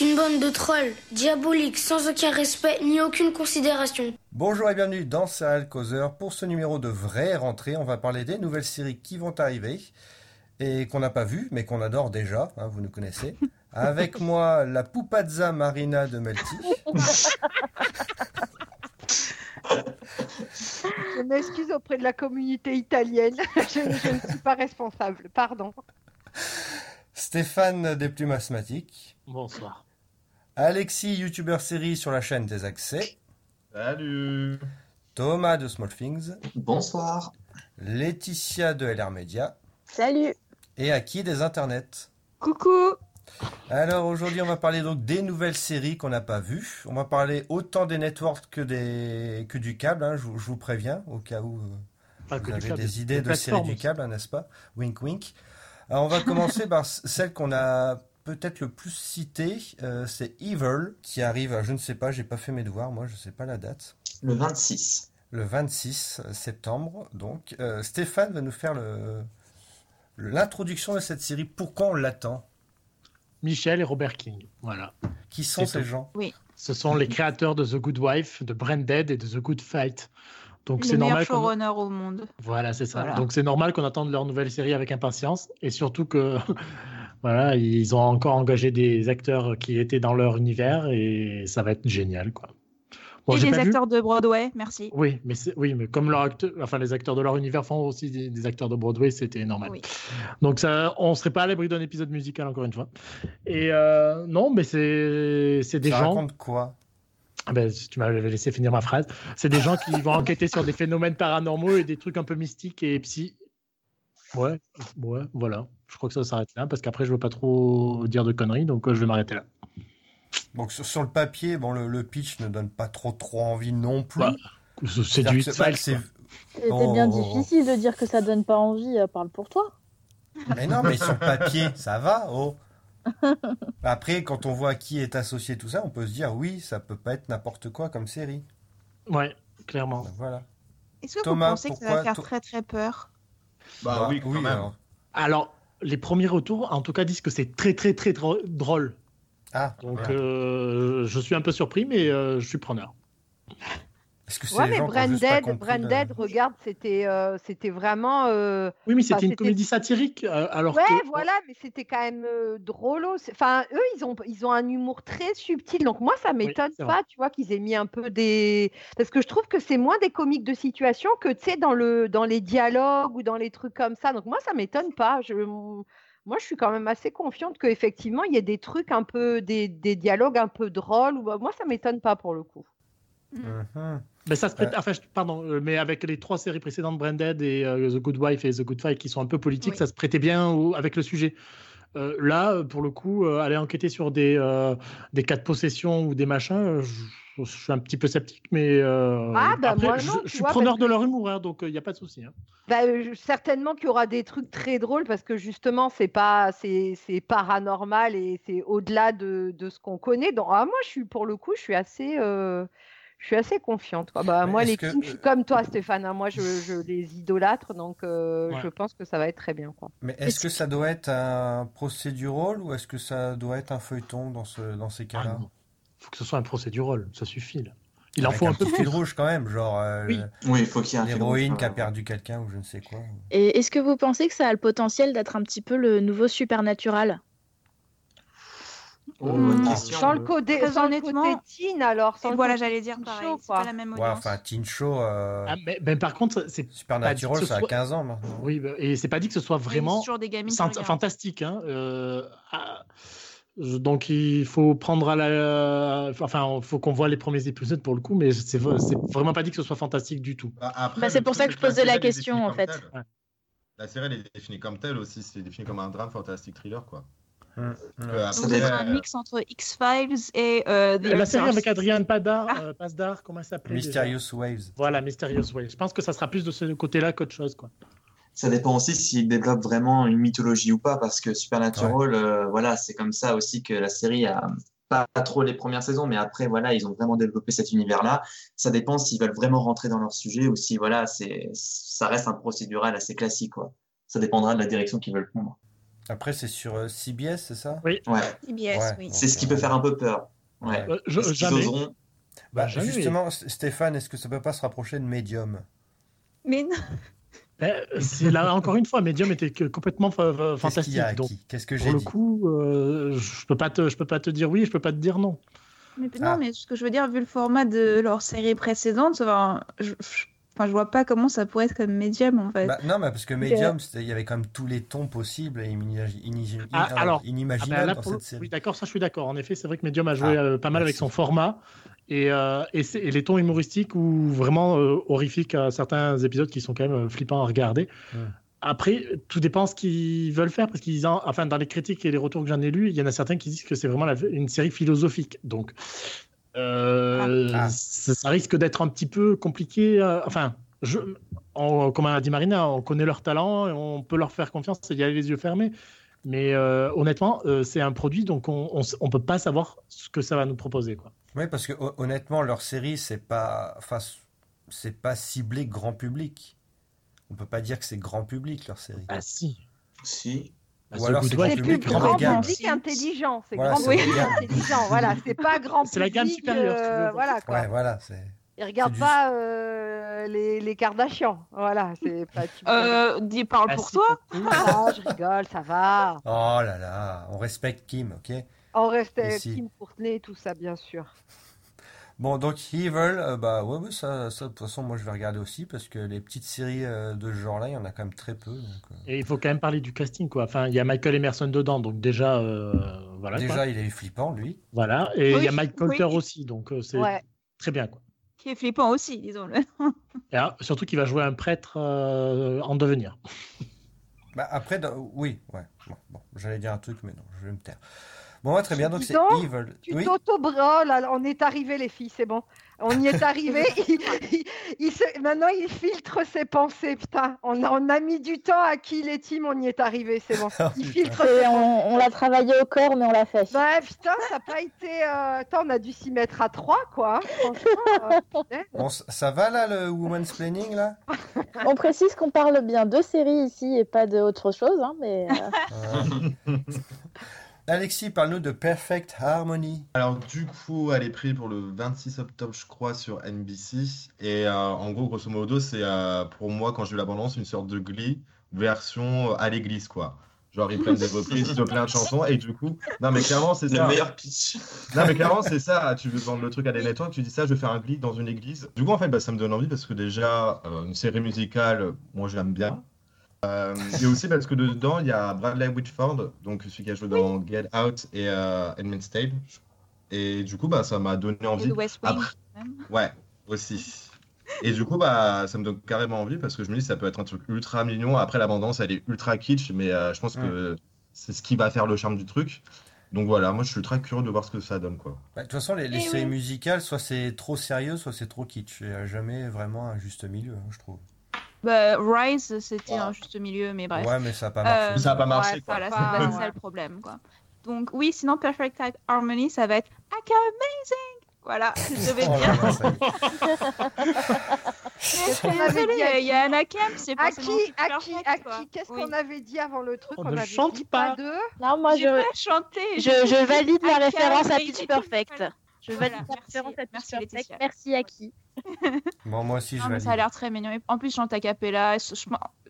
Une bande de trolls, diaboliques, sans aucun respect ni aucune considération. Bonjour et bienvenue dans Salle Causeur. Pour ce numéro de vraie rentrée, on va parler des nouvelles séries qui vont arriver et qu'on n'a pas vues, mais qu'on adore déjà, hein, vous nous connaissez. Avec moi, la Poupazza Marina de Melty. Je m'excuse auprès de la communauté italienne. Je, je ne suis pas responsable. Pardon. Stéphane des Plumes Asthmatiques. Bonsoir. Alexis, youtubeur série sur la chaîne des accès. Salut. Thomas de Small Things. Bonsoir. Laetitia de LR Media. Salut. Et Aki des internets. Coucou. Alors aujourd'hui, on va parler donc des nouvelles séries qu'on n'a pas vues. On va parler autant des networks que, des... que du câble, hein, je, vous- je vous préviens, au cas où euh, Pas vous Ah, que du avez câble, des idées de séries plateformes du aussi. câble, hein, n'est-ce pas Wink wink. Alors on va commencer par c- celle qu'on a peut-être le plus citée, euh, c'est Evil, qui arrive, à, je ne sais pas, j'ai pas fait mes devoirs, moi je sais pas la date. Le 26. Le 26 septembre, donc. Euh, Stéphane va nous faire le- l'introduction de cette série, pourquoi on l'attend Michel et Robert King. Voilà. Qui sont ces C'est tout. gens Ce sont Mhm. les créateurs de The Good Wife, de Branded et de The Good Fight. Donc Les c'est meilleurs normal. qu'on- showrunners au monde. Voilà, c'est ça. Voilà. Donc c'est normal qu'on attende leur nouvelle série avec impatience et surtout que voilà, ils ont encore engagé des acteurs qui étaient dans leur univers et ça va être génial quoi. Bon, et j'ai les pas vu- acteurs de Broadway, merci. Oui, mais c'est- oui, mais comme leur acte- enfin les acteurs de leur univers font aussi des, des acteurs de Broadway, c'était normal. Oui. Donc ça, on serait pas à l'abri d'un épisode musical encore une fois. Et euh, non, mais c'est c'est des ça gens. raconte quoi Ah ben, si tu m'avais laissé finir ma phrase. C'est des gens qui vont enquêter sur des phénomènes paranormaux et des trucs un peu mystiques et psy. Ouais, ouais, voilà. Je crois que ça s'arrête là parce qu'après je veux pas trop dire de conneries, donc euh, je vais m'arrêter là. Donc sur, sur le papier, bon, le, le pitch ne donne pas trop trop envie non plus. Bah, C'est C'est-à-dire du que c'est pas que X-Files, c'est- quoi. C'était Oh. bien difficile de dire que ça donne pas envie, euh, parle pour toi. Mais non, mais sur le papier, ça va. Oh. Après, quand on voit à qui est associé tout ça, on peut se dire oui, ça peut pas être n'importe quoi comme série. Ouais, clairement. Donc, Voilà. Est-ce que Thomas, vous pensez que ça pourquoi va faire to- très très peur Bah, oui, quand même. Ah alors. Alors, les premiers retours, en tout cas, disent que c'est très, très, très dro- drôle. Ah, Donc, voilà. euh, je suis un peu surpris, mais euh, je suis preneur. est-ce que c'est Ouais, les mais gens qui ont juste pas euh. Branded, compris de- Branded, regarde, c'était euh, c'était vraiment. euh, Oui, mais c'était Enfin, une c'était- comédie satirique. euh, alors Ouais, que- voilà, mais c'était quand même euh, drôle. Enfin, eux, ils ont, ils ont un humour très subtil. Donc, moi, ça m'étonne c'est vrai. pas, tu vois, qu'ils aient mis un peu des. Parce que je trouve que c'est moins des comiques de situation que, tu sais, dans, le, dans les dialogues ou dans les trucs comme ça. Donc, moi, ça m'étonne pas. Je, moi, je suis quand même assez confiante qu'effectivement, il y ait des trucs un peu. des, des dialogues un peu drôles. ou- bah, Moi, ça m'étonne pas pour le coup. Hmm. Mhm. Mais Ben, ça se prête- enfin, je- pardon, euh, mais avec les trois séries précédentes, Branded et euh, The Good Wife et The Good Fight, qui sont un peu politiques, Oui. ça se prêtait bien au- avec le sujet. Euh, là, euh, pour le coup, euh, aller enquêter sur des, euh, des cas de possession ou des machins, euh, je, je suis un petit peu sceptique, mais euh, Ah, bah, après, moi, je, non, tu je suis vois, preneur parce de leur humour, hein, donc il n'y a pas de souci. hein. Bah, euh, je- certainement qu'il y aura des trucs très drôles parce que justement, c'est pas, c'est, c'est paranormal et c'est au-delà de, de ce qu'on connaît. Donc, ah, moi, je suis pour le coup, je suis assez, euh, je suis assez confiante. quoi. Bah, Mais moi, est-ce les que- Kings, je suis comme toi, Stéphane. hein. Moi, je, je les idolâtre, donc euh, Ouais. je pense que ça va être très bien. Quoi. Mais est-ce que ça doit être un procédural ou est-ce que ça doit être un feuilleton dans, ce, dans ces Ah cas-là non. faut que ce soit un procédural, ça suffit. là. Il en Avec faut un peu petit fil rouge quand même, genre euh, Oui. Oui, il faut qu'il y ait un l'héroïne film. qui a perdu quelqu'un ou je ne sais quoi. Et est-ce que vous pensez que ça a le potentiel d'être un petit peu le nouveau supernatural Oh, Hmm. bonne Ah, question. Sans le côté, Très sans le côté honnêtement, teen, alors. Sans Et le Voilà, côté j'allais dire teen pareil. show, C'est quoi. pas la même Ouais, audience. enfin, Teen Show, euh, Ah, mais, mais par contre, c'est Supernatural, bah, dis- ça a soit- 15 ans maintenant. oui, bah, et c'est pas dit que ce soit Oui, vraiment c'est toujours des gamines. qui Fant- regardent. fantastique. hein. Euh, ah, je- donc il faut prendre à la, enfin, faut qu'on voit les premiers épisodes pour le coup, mais c'est v- c'est vraiment pas dit que ce soit fantastique du tout. Bah, après, Bah, c'est le pour truc, ça que je la posais la série, elle est question, définie en comme fait. telle. Ouais. La série, elle est définie comme telle aussi. C'est défini comme un drame fantastique thriller, quoi. Mm. Euh, Donc, Ça c'est doit un mix entre X-Files et euh, The La série Hunters. avec Adrian Padar, euh, Pasdar, comment elle s'appelait déjà Mysterious Waves. Voilà, Mysterious Way. Je pense que ça sera plus de ce côté-là qu'autre chose, quoi. Ça dépend aussi s'il développe vraiment une mythologie ou pas, parce que Supernatural, euh, voilà, c'est comme ça aussi que la série a pas pas trop les premières saisons, mais après, voilà, ils ont vraiment développé cet univers-là. Ça dépend s'ils veulent vraiment rentrer dans leur sujet ou si, voilà, c'est ça reste un procédural assez classique, quoi. Ça dépendra de la direction qu'ils veulent prendre. Après, c'est sur euh, CBS, c'est ça Ouais. Ouais. CBS, oui. C'est ce qui peut faire un peu peur. Ouais. Euh, je- Est-ce qu'ils jamais. oseront bah, jamais. Justement, S- Stéphane, est-ce que ça peut pas se rapprocher de Medium Mais non. Eh, c'est là, encore une fois, Medium était que- complètement fa- fa- Qu'est-ce qu'il fantastique. y a donc, acquis Qu'est-ce que pour j'ai le dit coup, euh, je peux pas te, je peux pas te dire oui, je peux pas te dire non. Mais, non, Ah. mais ce que je veux dire, vu le format de leur série précédente, enfin, je, je- enfin, je vois pas comment ça pourrait être comme médium en fait. Bah, non, mais parce que Medium, c'était- il y avait quand même tous les tons possibles et inimagi- inigi- Ah, euh, alors. Ah inimaginables bah, là, dans pour le- cette série. Oui, d'accord, ça je suis d'accord. En effet, c'est vrai que Medium a joué Ah, euh, pas mal avec merci. son format et, euh, et, c'est- et les tons humoristiques ou vraiment euh, horrifiques à certains épisodes qui sont quand même euh, flippants à regarder. Ouais. Après, tout dépend ce qu'ils veulent faire parce qu'ils en, enfin dans les critiques et les retours que j'en ai lus, il y en a certains qui disent que c'est vraiment la- une série philosophique. Donc, euh, Ah. Ah. ça ça risque d'être un petit peu compliqué. euh, enfin, je, on- comme a dit Marina, on connaît leur talent, et on peut leur faire confiance et y aller les yeux fermés. Mais euh, honnêtement, euh, c'est un produit, donc on on s- on peut pas savoir ce que ça va nous proposer. Quoi. Oui, parce que hon- honnêtement, leur série, c'est pas, enfin, c- c'est pas ciblé grand public. On peut pas dire que c'est grand public leur série. Ah si. Si. Ou alors c'est C'est Ouais, le public hein. plus grand grand gamme. public intelligent. C'est Voilà, grand c'est public la gamme. intelligent. Voilà, c'est pas grand public. euh, C'est la gamme supérieure, si tu veux. voilà, quoi. Ouais, voilà, c'est. Ils regardent du- pas euh, les, les Kardashians. Voilà, c'est pas. tu- Euh, dis, parle pour toi. Ah, je rigole, ça va. Oh là là, on respecte Kim, ok? On reste Et euh, si. Kim Courtenay, tout ça, bien sûr. Bon, donc Evil, euh, bah ouais, ouais, ça, ça, de toute façon, moi je vais regarder aussi parce que les petites séries euh, de ce genre-là, il y en a quand même très peu. donc, euh, Et il faut quand même parler du casting. Quoi. Enfin, il y a Michael Emerson dedans, donc déjà, euh, voilà. quoi. déjà, il est flippant, lui. voilà. Et il Oui, y a Mike oui. Coulter aussi, donc euh, c'est Ouais. très bien. Quoi. Qui est flippant aussi, disons-le. Et alors, surtout qu'il va jouer un prêtre euh, en devenir. Bah après, dans- oui, ouais. Bon, bon, j'allais dire un truc, mais non, je vais me taire. Bon, ouais, très bien, donc Dis c'est donc, Evil. Tu Oui, t'auto-broles. alors, On est arrivé, les filles, c'est bon. On y est arrivé. il, il- il se- Maintenant, il filtre ses pensées. Putain, on a, on a mis du temps à qui les teams. On y est arrivé, c'est bon. Oh, Il putain. filtre Bah. Et on, on l'a travaillé au corps, mais on l'a fait. Bah putain, ça n'a pas été. euh, Attends, on a dû s'y mettre à trois, quoi. hein, Franchement, euh, putain. Bon, c- ça va là, le woman's planning, là? On précise qu'on parle bien de séries ici et pas d'autre chose, hein, mais euh, Euh, Alexis, parle-nous de Perfect Harmony. Alors du coup, elle est prise pour le 26 octobre, je crois, sur NBC. Et euh, en gros, grosso modo, c'est euh, pour moi, quand j'ai eu l'abondance, une sorte de Glee version euh, à l'église, quoi. Genre, ils prennent des reprises de plein de chansons et du coup... Non, mais clairement, c'est Le ça. meilleur pitch. Non, mais clairement, c'est ça. Tu veux vendre le truc à des networks, tu dis ça, je vais faire un Glee dans une église. Du coup, en fait, bah, ça me donne envie parce que déjà, euh, une série musicale, moi, j'aime bien. Euh, et aussi parce que dedans, il y a Bradley Whitford, donc celui qui a joué dans Get Out et euh, Handmaid's Tale. Et du coup, bah, ça m'a donné Et envie. le West Ah, Wing. Après- Ouais, aussi. Et du coup, bah, ça me donne carrément envie parce que je me dis, ça peut être un truc ultra mignon. Après, l'abondance, elle est ultra kitsch, mais euh, je pense que c'est ce qui va faire le charme du truc. Donc voilà, moi, je suis ultra curieux de voir ce que ça donne, quoi. Bah, de toute façon, les, les Eh séries oui. musicales, soit c'est trop sérieux, soit c'est trop kitsch. Il n'y a jamais vraiment un juste milieu, hein, je trouve. Bah, Rise, c'était un juste milieu, mais bref. Ouais, mais ça n'a pas Euh, marché. Ça n'a pas marché, Ouais, quoi. Voilà, Pas- c'est pas ouais. ça le problème, quoi. Donc oui, sinon Perfect Harmony, ça va être Aka Amazing. Voilà, je vais Oh dire. là là, ça y est. Qu'est-ce qu'on avait dit à Désolée, il y a Anakem, c'est À pas qui, à qui, à qui Qu'est-ce qu'on avait dit avant le truc On ne avait chante dit pas. de. non, moi J'ai je, pas chanté. je, j'ai je dit valide la Aka référence à Amazing. Pitch Perfect. Je Voilà, valide la merci, référence à merci, Pitch Perfect. Laetitia. Merci à qui Bon, moi aussi, je Non, mais valide. ça a l'air très mignon. Et En plus, ils chantent a cappella. Je- je-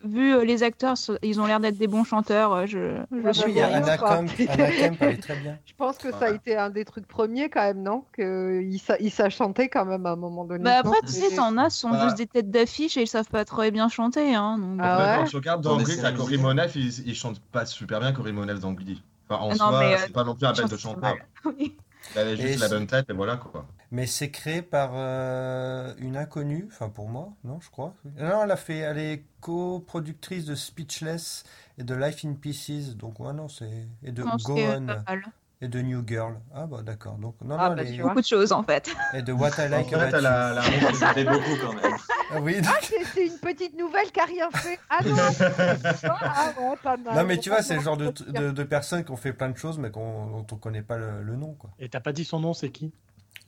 Vu euh, les acteurs, ce- ils ont l'air d'être des bons chanteurs. euh, Je, je Ouais, Oui, Ah, bah, suis il y a Bon, Anna quoi. Camp, Anna Camp, elle est très bien. Je pense que ça a Voilà. été un des trucs premiers, quand même, non Qu'il s'a chanté quand même à un moment donné. Bah Non, après, tu sais, c'est- t'en as, ce sont Voilà. juste des têtes d'affiche et ils savent pas trop bien chanter. Hein, donc, Ah euh, Bah, ouais Quand tu regardes Dans dans les Glee, t'as séries Cory musicales. Monef, il, il chante pas super bien Cory Monef dans Glee. Enfin, en Non, soi, mais, euh, c'est pas non plus un il bête de chante chanteur. oui. Il avait Et juste la c'est- bonne tête et voilà quoi. Mais c'est créé par euh, une inconnue, enfin pour moi, non, je crois. Non, elle a fait, elle est coproductrice de Speechless et de Life in Pieces, donc ouais, non, c'est et de Non, c'est euh, Go On pas mal. et de New Girl. Ah bah d'accord, donc non, Ah, non, bah, elle tu est- vois. Beaucoup de choses en fait. et de What I En Like fait, About elle a, You. elle a Ça fait beaucoup quand même. Ah oui. Ah, c'est c'est une petite nouvelle qui a rien fait. Ah non Ah ouais, pas mal. Non mais tu vois, c'est le genre de, Tiens. de, de personnes qui ont fait plein de choses mais qu'on, dont on connaît pas le, le nom quoi. Et t'as pas dit son nom, c'est qui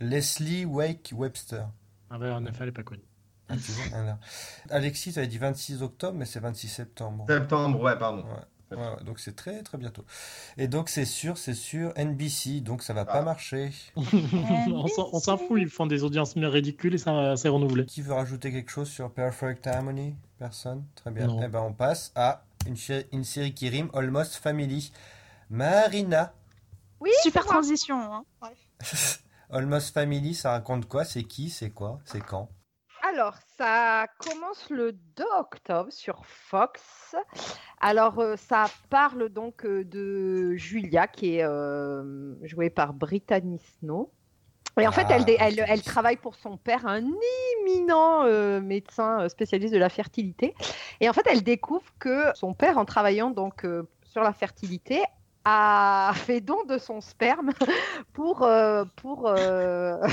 Leslie Wake Webster. ah ouais, En effet, elle est pas connue. Ah, tu vois, voilà. Alexis, t'avais dit 26 octobre mais c'est 26 septembre. septembre, ouais, pardon. Ouais. Voilà, donc c'est très très bientôt. Et donc c'est sûr, c'est sûr, NBC, donc ça va pas Ah. marcher. Euh, on s'en on s'en fout, ils font des audiences ridicules et ça c'est renouvelé. Qui veut rajouter quelque chose sur Perfect Harmony Personne Très bien. Non. Eh ben on passe à une, chi- une série qui rime, Almost Family. Marina. Oui, Super c'est moi. transition. hein. Almost Family, ça raconte quoi C'est qui C'est quoi C'est quand Alors, ça commence le 2 octobre sur Fox. Alors, euh, ça parle donc euh, de Julia qui est euh, jouée par Brittany Snow. Et en fait, Ah, elle, dé- elle, ok. elle travaille pour son père, un imminent euh, médecin euh, spécialiste de la fertilité. Et en fait, elle découvre que son père, en travaillant donc euh, sur la fertilité, a fait don de son sperme pour, euh, pour, euh,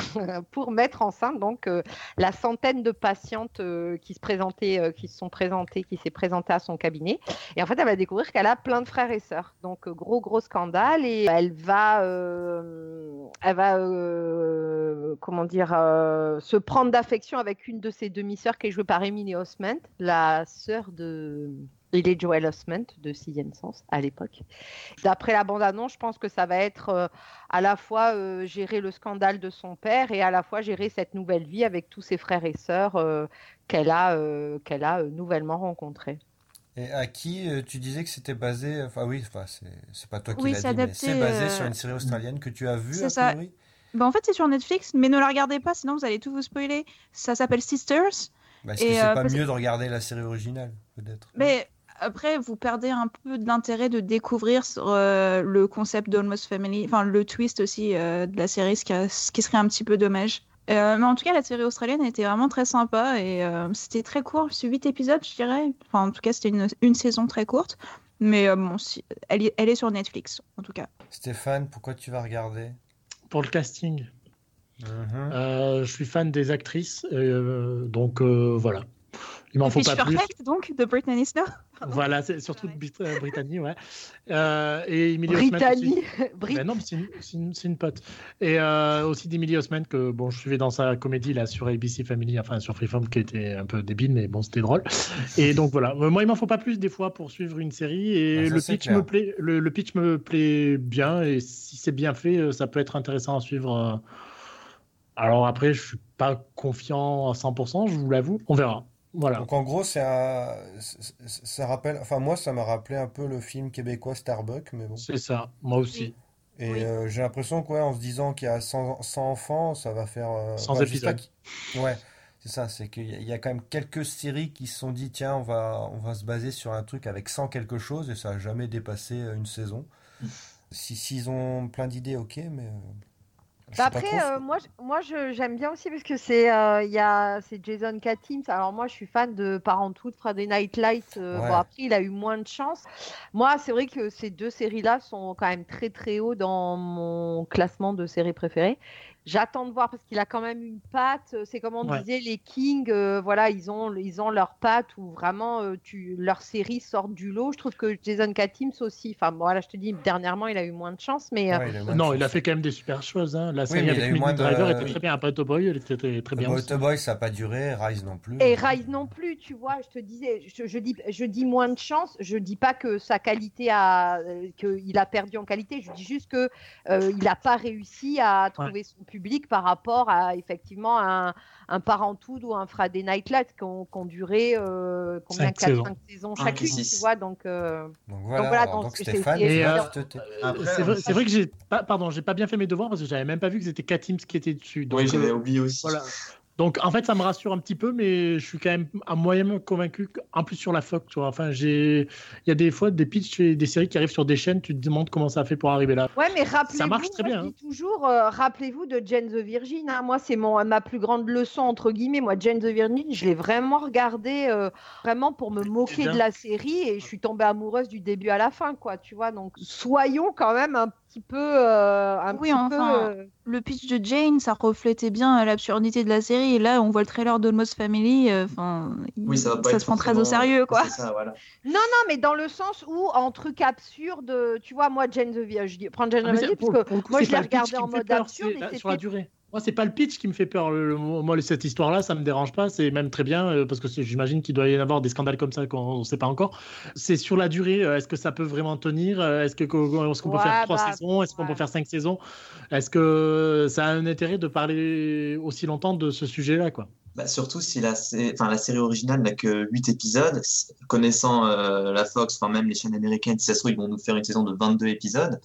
pour mettre enceinte donc euh, la centaine de patientes euh, qui se présentaient, euh, qui se sont présentées, qui s'est présentée à son cabinet. Et en fait, elle va découvrir qu'elle a plein de frères et sœurs. Donc euh, gros gros scandale et elle va, euh, elle va euh, comment dire, euh, se prendre d'affection avec une de ses demi-sœurs qui est jouée par Emily Osment, la sœur de il est Joel Osment de Sixième Sens à l'époque. D'après la bande-annonce, je pense que ça va être euh, à la fois euh, gérer le scandale de son père et à la fois gérer cette nouvelle vie avec tous ses frères et sœurs euh, qu'elle a, euh, qu'elle a euh, nouvellement rencontrés. Et à qui euh, tu disais que c'était basé Enfin oui, enfin c'est c'est pas toi qui Oui, l'as c'est dit, mais adapté, c'est basé euh, sur une série australienne que tu as vue. C'est à ça. priori Bah, en fait, c'est sur Netflix, mais ne la regardez pas, sinon vous allez tout vous spoiler. Ça s'appelle Sisters. Bah, Est-ce que Et, c'est euh, pas parce- mieux de regarder la série originale, peut-être Mais après, vous perdez un peu de l'intérêt de découvrir sur, euh, le concept d'Almost Family, enfin le twist aussi euh, de la série, ce qui, a- ce qui serait un petit peu dommage. Euh, mais en tout cas, la série australienne était vraiment très sympa et euh, c'était très court, c'est 8 épisodes, je dirais. Enfin, en tout cas, c'était une, une saison très courte. Mais euh, bon, si- elle, y- elle est sur Netflix, en tout cas. Stéphane, pourquoi tu vas regarder Pour le casting, Mhm. euh, je suis fan des actrices, euh, donc euh, voilà. Il m'en La faut fiche pas plus. perfect, donc, de Britney Snow. Voilà, c'est surtout Ouais. Brit- euh, Brittany, ouais. Euh, et Emily Osment aussi. Brittany, Brit- Ben non, mais c'est une, c'est une- c'est une pote. Et euh, aussi d'Emily Osment, que bon, je suivais dans sa comédie là sur ABC Family, enfin sur Freeform, qui était un peu débile, mais bon, c'était drôle. Et donc voilà, Euh, moi, il m'en faut pas plus des fois pour suivre une série. Et Ah, ça, le, c'est pitch clair. me plaît, le, le pitch me plaît bien. Et si c'est bien fait, euh, ça peut être intéressant à suivre. euh. Alors après, je suis pas confiant à 100%, je vous l'avoue. On verra. Voilà. Donc en gros, c'est un... c'est- c'est- ça rappelle, enfin moi, ça m'a rappelé un peu le film québécois Starbuck, mais bon. C'est ça, moi aussi. Et Oui. euh, j'ai l'impression qu'en en se disant qu'il y a 100, 100 enfants, ça va faire... euh, 100 j'espère épisodes. qu'il- Ouais, c'est ça, c'est qu'il y a- il y a quand même quelques séries qui se sont dit, tiens, on va, on va se baser sur un truc avec 100 quelque chose, et ça n'a jamais dépassé euh, une saison. Mm. Si, s'ils ont plein d'idées, ok, mais... euh, je sais pas Après, trop, euh, moi, je- moi je- j'aime bien aussi parce que c'est euh, il y a- c'est Jason Katims. Alors moi, je suis fan de Parenthood, Friday Night Lights. euh, Ouais. Bon, après, il a eu moins de chance. Moi, c'est vrai que ces deux séries-là sont quand même très très haut dans mon classement de séries préférées. J'attends de voir parce qu'il a quand même une patte. euh, C'est comme on Ouais. disait, les Kings, euh, voilà, ils ont, ils ont leur patte où vraiment euh, tu, leurs séries sortent du lot. Je trouve que Jason Katims aussi, enfin voilà, je te dis, dernièrement, il a eu moins de chance, mais euh, Ouais, il a eu moins de Non, chance. il a fait quand même des super choses. Hein. La série mais il avec a eu Minnie moins de- Euh, Driver était très bien. Après Boy, elle était très, très bien. aussi. Bah, Motoboy, ça n'a pas duré, Rise non plus. Et Rise non plus, tu vois, je te disais, je, je dis, je dis moins de chance, je dis pas que sa qualité a, euh, qu'il a perdu en qualité, je dis juste que euh, il n'a pas réussi à trouver son public par rapport à effectivement un, un Parenthood ou un Friday Night Lights qui ont qui ont duré euh, combien Cinq 4, saisons. 5 saisons Cinq, chacune, six. tu vois, donc euh, Donc voilà, voilà, alors, donc donc c'est- Stéphane, c'est- tu Et vas alors- te tais. euh, Après, C'est vrai, on- c'est vrai que j'ai pas, pardon, j'ai pas bien fait mes devoirs parce que j'avais même pas vu que c'était Katims qui était dessus. Donc, Oui, j'avais euh, oublié aussi. voilà. Donc en fait, ça me rassure un petit peu, mais je suis quand même à moyen convaincu. que- En plus sur la Fox, tu vois. Enfin, j'ai, il y a des fois des pitchs et des séries qui arrivent sur des chaînes, tu te demandes comment ça a fait pour arriver là. Ouais, mais rappelez-vous, Ça marche très moi, bien, je hein. dis toujours, euh, rappelez-vous de Jane the Virgin. hein. Moi, c'est mon ma plus grande leçon entre guillemets. Moi, Jane the Virgin, je l'ai vraiment regardée euh, vraiment pour me moquer bien. de la série et je suis tombée amoureuse du début à la fin, quoi. Tu vois, donc soyons quand même un petit peu, euh, un Oui, petit enfin, peu. euh, le pitch de Jane, ça reflétait bien l'absurdité de la série. Et là, on voit le trailer d'Almost Family. euh, Enfin, Oui, ça va pas être hein. se prend très au forcément- sérieux, quoi. C'est ça, voilà. Non, mais dans le sens où en truc absurde, tu vois, moi Jane the Virgin, je dis- prends Jane the Ah, Mais c'est- Virgin parce pour- Ah, que pour le coup, moi, c'est je pas l'ai le pitch regardé qui me en fait mode peur, absurde c'est et la- c'était sur la durée. Moi, c'est pas le pitch qui me fait peur. Le- le- moi, cette histoire-là, ça me dérange pas. C'est même très bien euh, parce que c'est- j'imagine qu'il doit y en avoir des scandales comme ça qu'on ne sait pas encore. C'est sur la durée. euh, Est-ce que ça peut vraiment tenir Euh, Est-ce que qu'on est-ce qu'on peut Ouais, faire trois bah, saisons Est-ce qu'on peut ouais. faire cinq saisons Est-ce que ça a un intérêt de parler aussi longtemps de ce sujet-là, quoi Bah, surtout si la, sé- enfin, la série originale n'a que 8 épisodes, S- connaissant euh, la Fox, enfin même les chaînes américaines, si ça se trouve, ils vont nous faire une saison de 22 épisodes.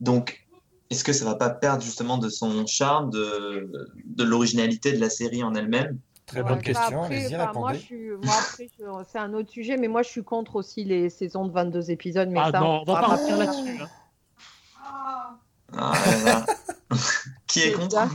Donc, est-ce que ça va pas perdre justement de son charme, de, de l'originalité de la série en elle-même Très Ouais, bonne enfin, question, bah, après, allez-y, enfin, moi, répondez. je suis- moi, après, je- c'est un autre sujet, mais moi, je suis contre aussi les saisons de 22 épisodes. Mais Ah ça, non, on va fera pas revenir là-dessus. hein. Ah, là, là. Qui est contre Bah,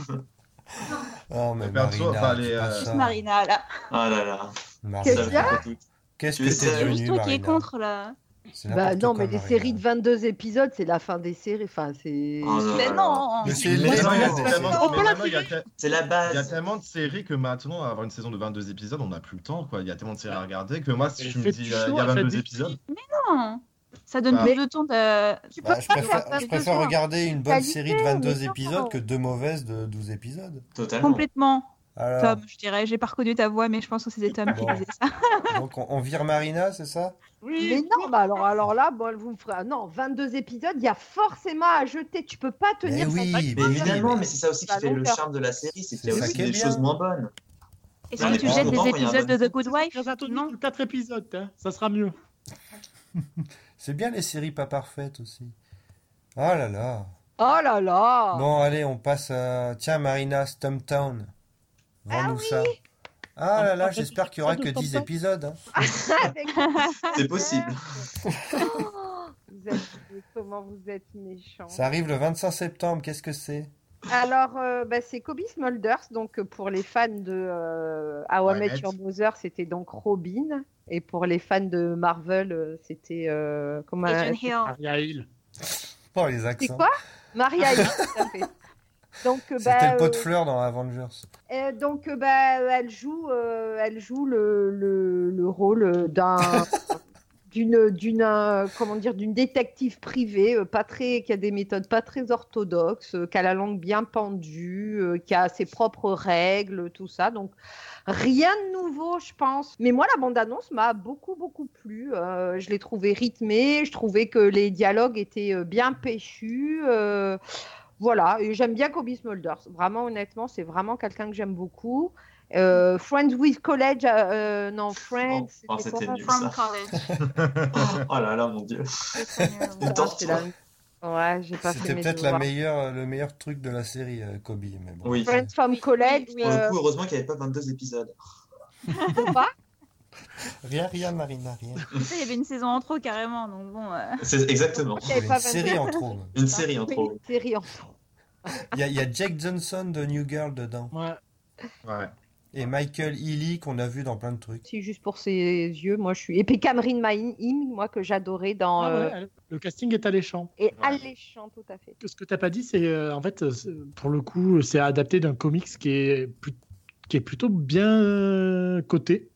Oh, mais Perso, Marina, enfin, les, dis pas euh, ça. Marina, là. Ah là là. Marina, Qu'est-ce ça qu'il me y a fait tout. Qu'est-ce Tu que sais, t'es c'est C'est devenue, juste toi qui est Marina contre, là. C'est Bah n'importe non, quoi, mais les Marina. séries de 22 épisodes, c'est la fin des séries. Enfin, c'est. Oh là Mais là. non Mais c'est Bah, Mais les vraiment, il y a deux, tellement- c'est- mais vraiment, il y a te- C'est la il y a base. tellement de séries que maintenant, avoir une saison de 22 épisodes, on n'a plus le temps. Quoi. Il y a tellement de séries à regarder que moi, si Et je me faites dis du euh, il show, y a faites 22 des- épisodes, Non Ça donne Bah. plus de euh, temps de. Tu Bah, je préfère, je de préfère temps. regarder une bonne Qualité, série de 22 mais non. épisodes que deux mauvaises de 12 épisodes. Ah Totalement. Complètement. Alors, Tom, je dirais. J'ai pas reconnu ta voix, mais je pense que c'était Tom qui Bon. disait ça. donc on, on vire Marina, c'est ça Mais non, bah alors, alors là, bon, vous me ferez. Ah, Non, 22 épisodes, il y a forcément à jeter. Tu peux pas Mais tenir. ça. oui, Mais mais oui. évidemment, mais c'est ça aussi qui La fait le longueur. charme de la série, c'est qu'il y a C'est ça aussi qui est des bien. choses moins bonnes. Est-ce Non, que mais tu bon, jettes bon, des il y a un épisodes de The Good Wife Dans un tour Non. de 4 épisodes, hein. ça sera mieux. C'est bien les séries pas parfaites aussi. Ah là là. Oh là là. Bon, allez, on passe à... Tiens, Marina, Stumptown. Vends-nous ça. Ah là là, j'espère qu'il y aura que 10 épisodes. hein. Avec- C'est possible. Vous êtes- Comment vous êtes méchants. Ça arrive le 25 septembre, qu'est-ce que c'est Alors, euh, bah, c'est Kobe Smulders. Donc, euh, pour les fans de euh, How I Met Annette. Your Mother, c'était donc Robin. Et pour les fans de Marvel, euh, c'était. euh, comment Agent Hill. Aria Hill. Oh, les C'est accents. quoi Maria Hill, tout à fait. Donc, euh, C'était bah, le pot de euh, fleurs dans Avengers. euh, donc euh, bah, elle joue, euh, elle joue le, le, le rôle d'un d'une d'une euh, comment dire d'une détective privée euh, pas très qui a des méthodes pas très orthodoxes, euh, qui a la langue bien pendue, euh, qui a ses propres règles, tout ça. Donc rien de nouveau, je pense. Mais moi la bande annonce m'a beaucoup beaucoup plu. Euh, je l'ai trouvée rythmée, je trouvais que les dialogues étaient euh, bien péchus. euh, voilà, et j'aime bien Kobe Smulders. Vraiment, honnêtement, c'est vraiment quelqu'un que j'aime beaucoup. Euh, Friends with College, euh, euh, non, Friends. Oh, c'était quoi, nul. From Ça. college. Oh là là, mon dieu. ça Torture. C'est la- Ouais, j'ai pas fait C'était mes peut-être la devoirs. meilleure, euh, le meilleur truc de la série, euh, Kobe. Mais bon. Oui. Friends from College, Oui, oui. Pour le euh, coup, heureusement qu'il n'y avait pas 22 épisodes. faut pas. Rien, rien, Marina, rien. Tu sais, Il y avait une saison en trop carrément, donc bon. euh, C'est exactement. Il y avait Une pas série en trop. même. Une série en trop. Une série en Il y, a- il y a Jack Johnson de New Girl dedans. Ouais. ouais. Et Michael Ealy qu'on a vu dans plein de trucs. Si, juste pour ses yeux, moi je suis. Et puis Cameron Mahin, moi que j'adorais dans. Ah euh, ouais, elle- le casting est alléchant. Et alléchant, tout à fait. Que Ce que t'as pas dit, c'est euh, en fait, euh, c'est- pour le coup, c'est adapté d'un comics qui est, plus- qui est plutôt bien euh, coté.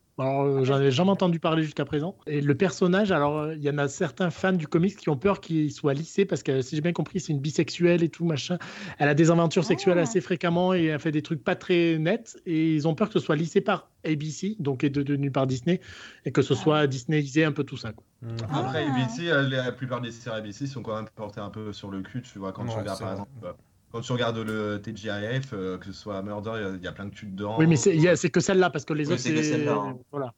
Ah, Alors, euh, j'en ai jamais entendu parler jusqu'à présent. Et le personnage, alors, euh, il y en a certains fans du comics qui ont peur qu'il soit lissé parce que, si j'ai bien compris, c'est une bisexuelle et tout, machin. Elle a des aventures sexuelles Ah. assez fréquemment et elle fait des trucs pas très nets. Et ils ont peur que ce soit lissé par ABC, donc est devenu par Disney, et que ce Ah. soit Disneyisé un peu tout ça. quoi. Mm. Après, Ah. ABC, euh, la plupart des séries ABC sont quand même portées un peu sur le cul, tu vois, quand Ouais, tu regardes c'est par vrai. exemple. euh, Quand tu regardes le TGIF, euh, que ce soit Murder, il y a- il y, a plein de cul dedans. Oui, mais c'est il y a- c'est que celle-là parce que les Oui, autres, c'est que c'est. celle-là, hein. Voilà.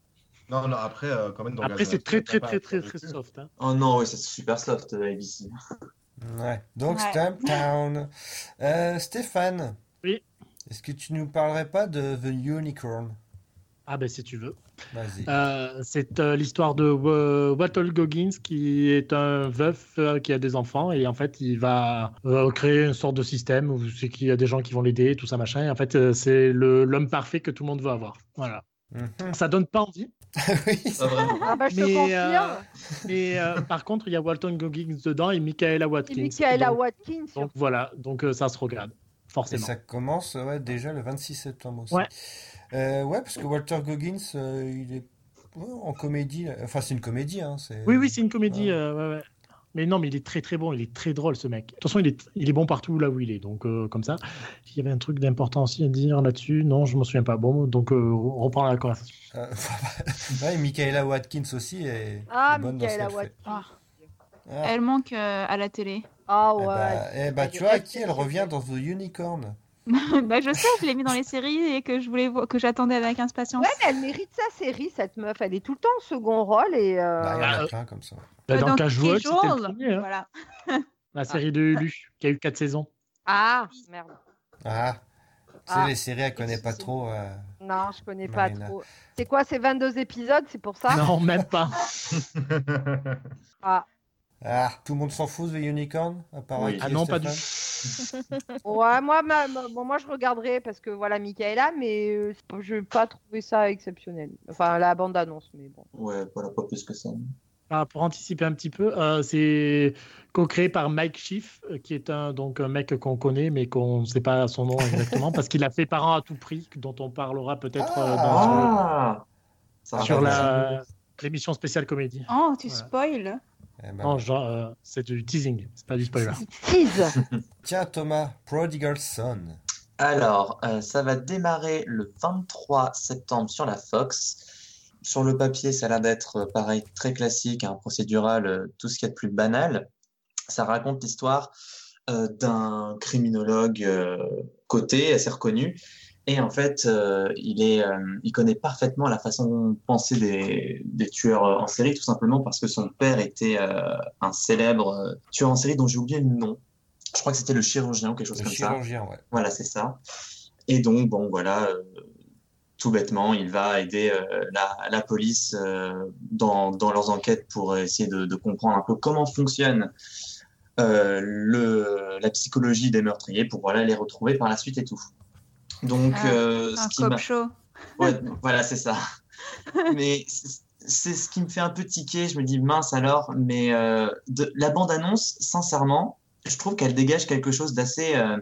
Non, non, après, euh, quand même. dans Après, Gaza, c'est très, tu très, vas pas très, très, faire très le cul. soft. hein. Oh non, oui, c'est super soft, euh, ABC. Ouais. Donc, Ouais. Stumptown. Euh, Stéphane. Oui. Est-ce que tu nous parlerais pas de The Unicorn Ah ben si tu veux. Vas-y. Euh, c'est euh, l'histoire de Wa- Walter Goggins qui est un veuf euh, qui a des enfants et en fait il va euh, créer une sorte de système où c'est qu'il y a des gens qui vont l'aider tout ça machin et en fait euh, c'est le- l'homme parfait que tout le monde veut avoir. Voilà. Mhm. Ça donne pas envie. oui, Pas vraiment. Ah bah je te Mais, confirme. euh, Mais euh, par contre il y a Walter Goggins dedans et Michaela C'est Watkins. Michaela donc, Watkins. donc voilà donc euh, ça se regarde Et forcément. ça commence ouais, déjà le 26 septembre aussi. Ouais. Euh, ouais, parce que Walter Goggins, euh, il est ouais, en comédie. là. Enfin, c'est une comédie. Hein, c'est... Oui oui c'est une comédie. Ouais. euh, ouais, ouais. Mais non, mais il est très très bon, il est très drôle ce mec. De toute façon, il est, il est bon partout là où il est, donc euh, comme ça. Il y avait un truc d'important aussi à dire là-dessus. Non, je m'en souviens pas. Bon, donc euh, on reprend la conversation. Euh, ouais, Michaela Watkins aussi est, Ah, est bonne dans ce Michaela qu'elle fait. Watkins. Ah. Ah. Elle manque euh, à la télé. Ah Eh ouais. bah, eh bah, Elle tu est vois, à restée qui elle sur revient cette- dans The Unicorn bah, je sais, je l'ai mis dans les séries et que je voulais vo- que j'attendais avec impatience. Ouais, mais elle mérite sa série, cette meuf. Elle est tout le temps en second rôle et. euh, Bah, Il y en euh, a plein comme ça. Bah, Euh, dans Casual, c'était le Casual, premier, hein. Voilà. la série de Hulu, qui a eu quatre saisons. Ah, merde. Ah, tu sais, Ah. les séries, elle connaît pas Excusez-moi. trop. euh, Non, je connais pas Marina. trop. C'est quoi, c'est 22 épisodes, c'est pour ça Non, même pas. Ah, Ah, tout le monde s'en fout de The Unicorn à part Oui. Aki Ah et non, pas du Stéphane ouais, moi, ma- ma- bon, moi, je regarderai parce que voilà, Michaela, mais euh, je n'ai pas trouvé ça exceptionnel. Enfin, la bande-annonce, mais bon. Ouais, voilà, pas plus que ça. Ah, pour anticiper un petit peu, euh, c'est co-créé par Mike Schiff, euh, qui est un, donc, un mec qu'on connaît, mais qu'on ne sait pas son nom exactement, parce qu'il a fait Parents à tout prix, dont on parlera peut-être euh, dans- Ah Ça sur rappelle la- l'émission spéciale comédie. Oh, tu Voilà. spoil. Eh ben, Non, genre, euh, c'est du teasing, c'est pas du spoiler. Tease Tiens, Thomas, Prodigal Son. Alors, euh, ça va démarrer le 23 septembre sur la Fox. Sur le papier, ça a l'air d'être euh, pareil, très classique, un procédural, euh, tout ce qu'il y a de plus banal. Ça raconte l'histoire euh, d'un criminologue euh, coté, assez reconnu. Et en fait, euh, il est, euh, il connaît parfaitement la façon de penser des, des tueurs euh, en série, tout simplement parce que son père était euh, un célèbre euh, tueur en série dont j'ai oublié le nom. Je crois que c'était le chirurgien ou quelque chose Le comme ça. chirurgien, ouais. Voilà, c'est ça. Et donc, bon, voilà, euh, tout bêtement, il va aider euh, la, la police euh, dans, dans leurs enquêtes pour essayer de, de comprendre un peu comment fonctionne euh, le, la psychologie des meurtriers pour voilà, les retrouver par la suite et tout. Donc, Ah, euh, Un ce qui m'a- cop show. Ouais, voilà, c'est ça. Mais c'est- c'est ce qui me fait un peu tiquer. Je me dis, mince alors, mais euh, de, la bande-annonce, sincèrement, je trouve qu'elle dégage quelque chose d'assez. euh,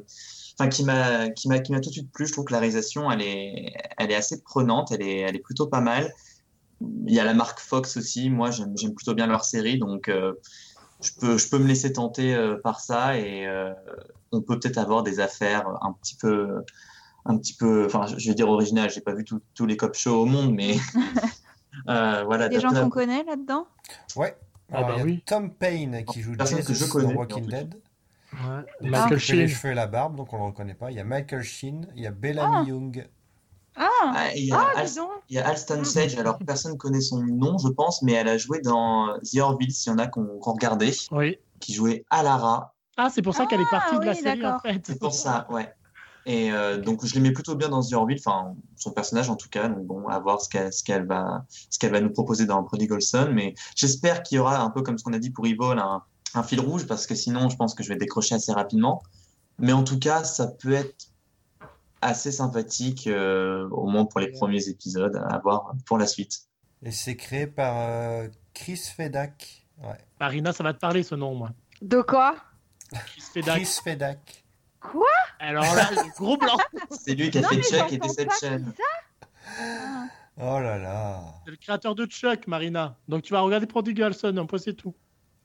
Enfin, qui m'a qui m'a- qui m'a tout de suite plu. Je trouve que la réalisation, elle est, elle est assez prenante, elle est, elle est plutôt pas mal. Il y a la marque Fox aussi. Moi, j'aime j'aime plutôt bien leur série, donc euh, je, peux, je peux me laisser tenter euh, par ça et euh, on peut peut-être avoir des affaires un petit peu un petit peu, enfin, je je vais dire original, j'ai pas vu tout- tous les cop shows au monde, mais euh, voilà. Des t'as gens plein- qu'on connaît là-dedans Ouais. Ah Alors, bah il y a oui. Tom Payne qui joue Personne que Jesus je connais, dans Walking en fait. Dead. Ouais. Donc, Michael il fait les Sheen. cheveux et la barbe, donc on le reconnaît pas. Il y a Michael Sheen, il y a Bellamy Young. Ah, Ah, il y a ah Al- dis donc. il y a Alston Sage, alors personne connaît son nom, je pense, mais elle a joué dans The Orville, s'il y en a qu'on qu'on regardait, Oui. qui jouait Alara, Ah, c'est pour ça qu'elle est partie de la oui, série, en d'accord. fait. c'est pour ça, ouais. Et euh, donc je l'aimais plutôt bien dans The Orville, enfin son personnage en tout cas, donc bon, à voir ce qu'elle ce qu'elle va, ce qu'elle va nous proposer dans Prodigal Son, mais j'espère qu'il y aura un peu comme ce qu'on a dit pour Evil, un, un fil rouge, parce que sinon je pense que je vais décrocher assez rapidement. Mais en tout cas, ça peut être assez sympathique, euh, au moins pour les premiers épisodes, à voir pour la suite. Et c'est créé par euh, Chris Fedak. Ouais. Marina, ça va te parler ce nom, moi. De quoi Chris Fedak. Chris Fedak. Alors là, le gros blanc. C'est lui qui a Non, fait mais Chuck et j'entends pas Deception. qui ça Ah. Oh là là. C'est le créateur de Chuck, Marina. Donc tu vas regarder Prodigal Son, un peu c'est tout.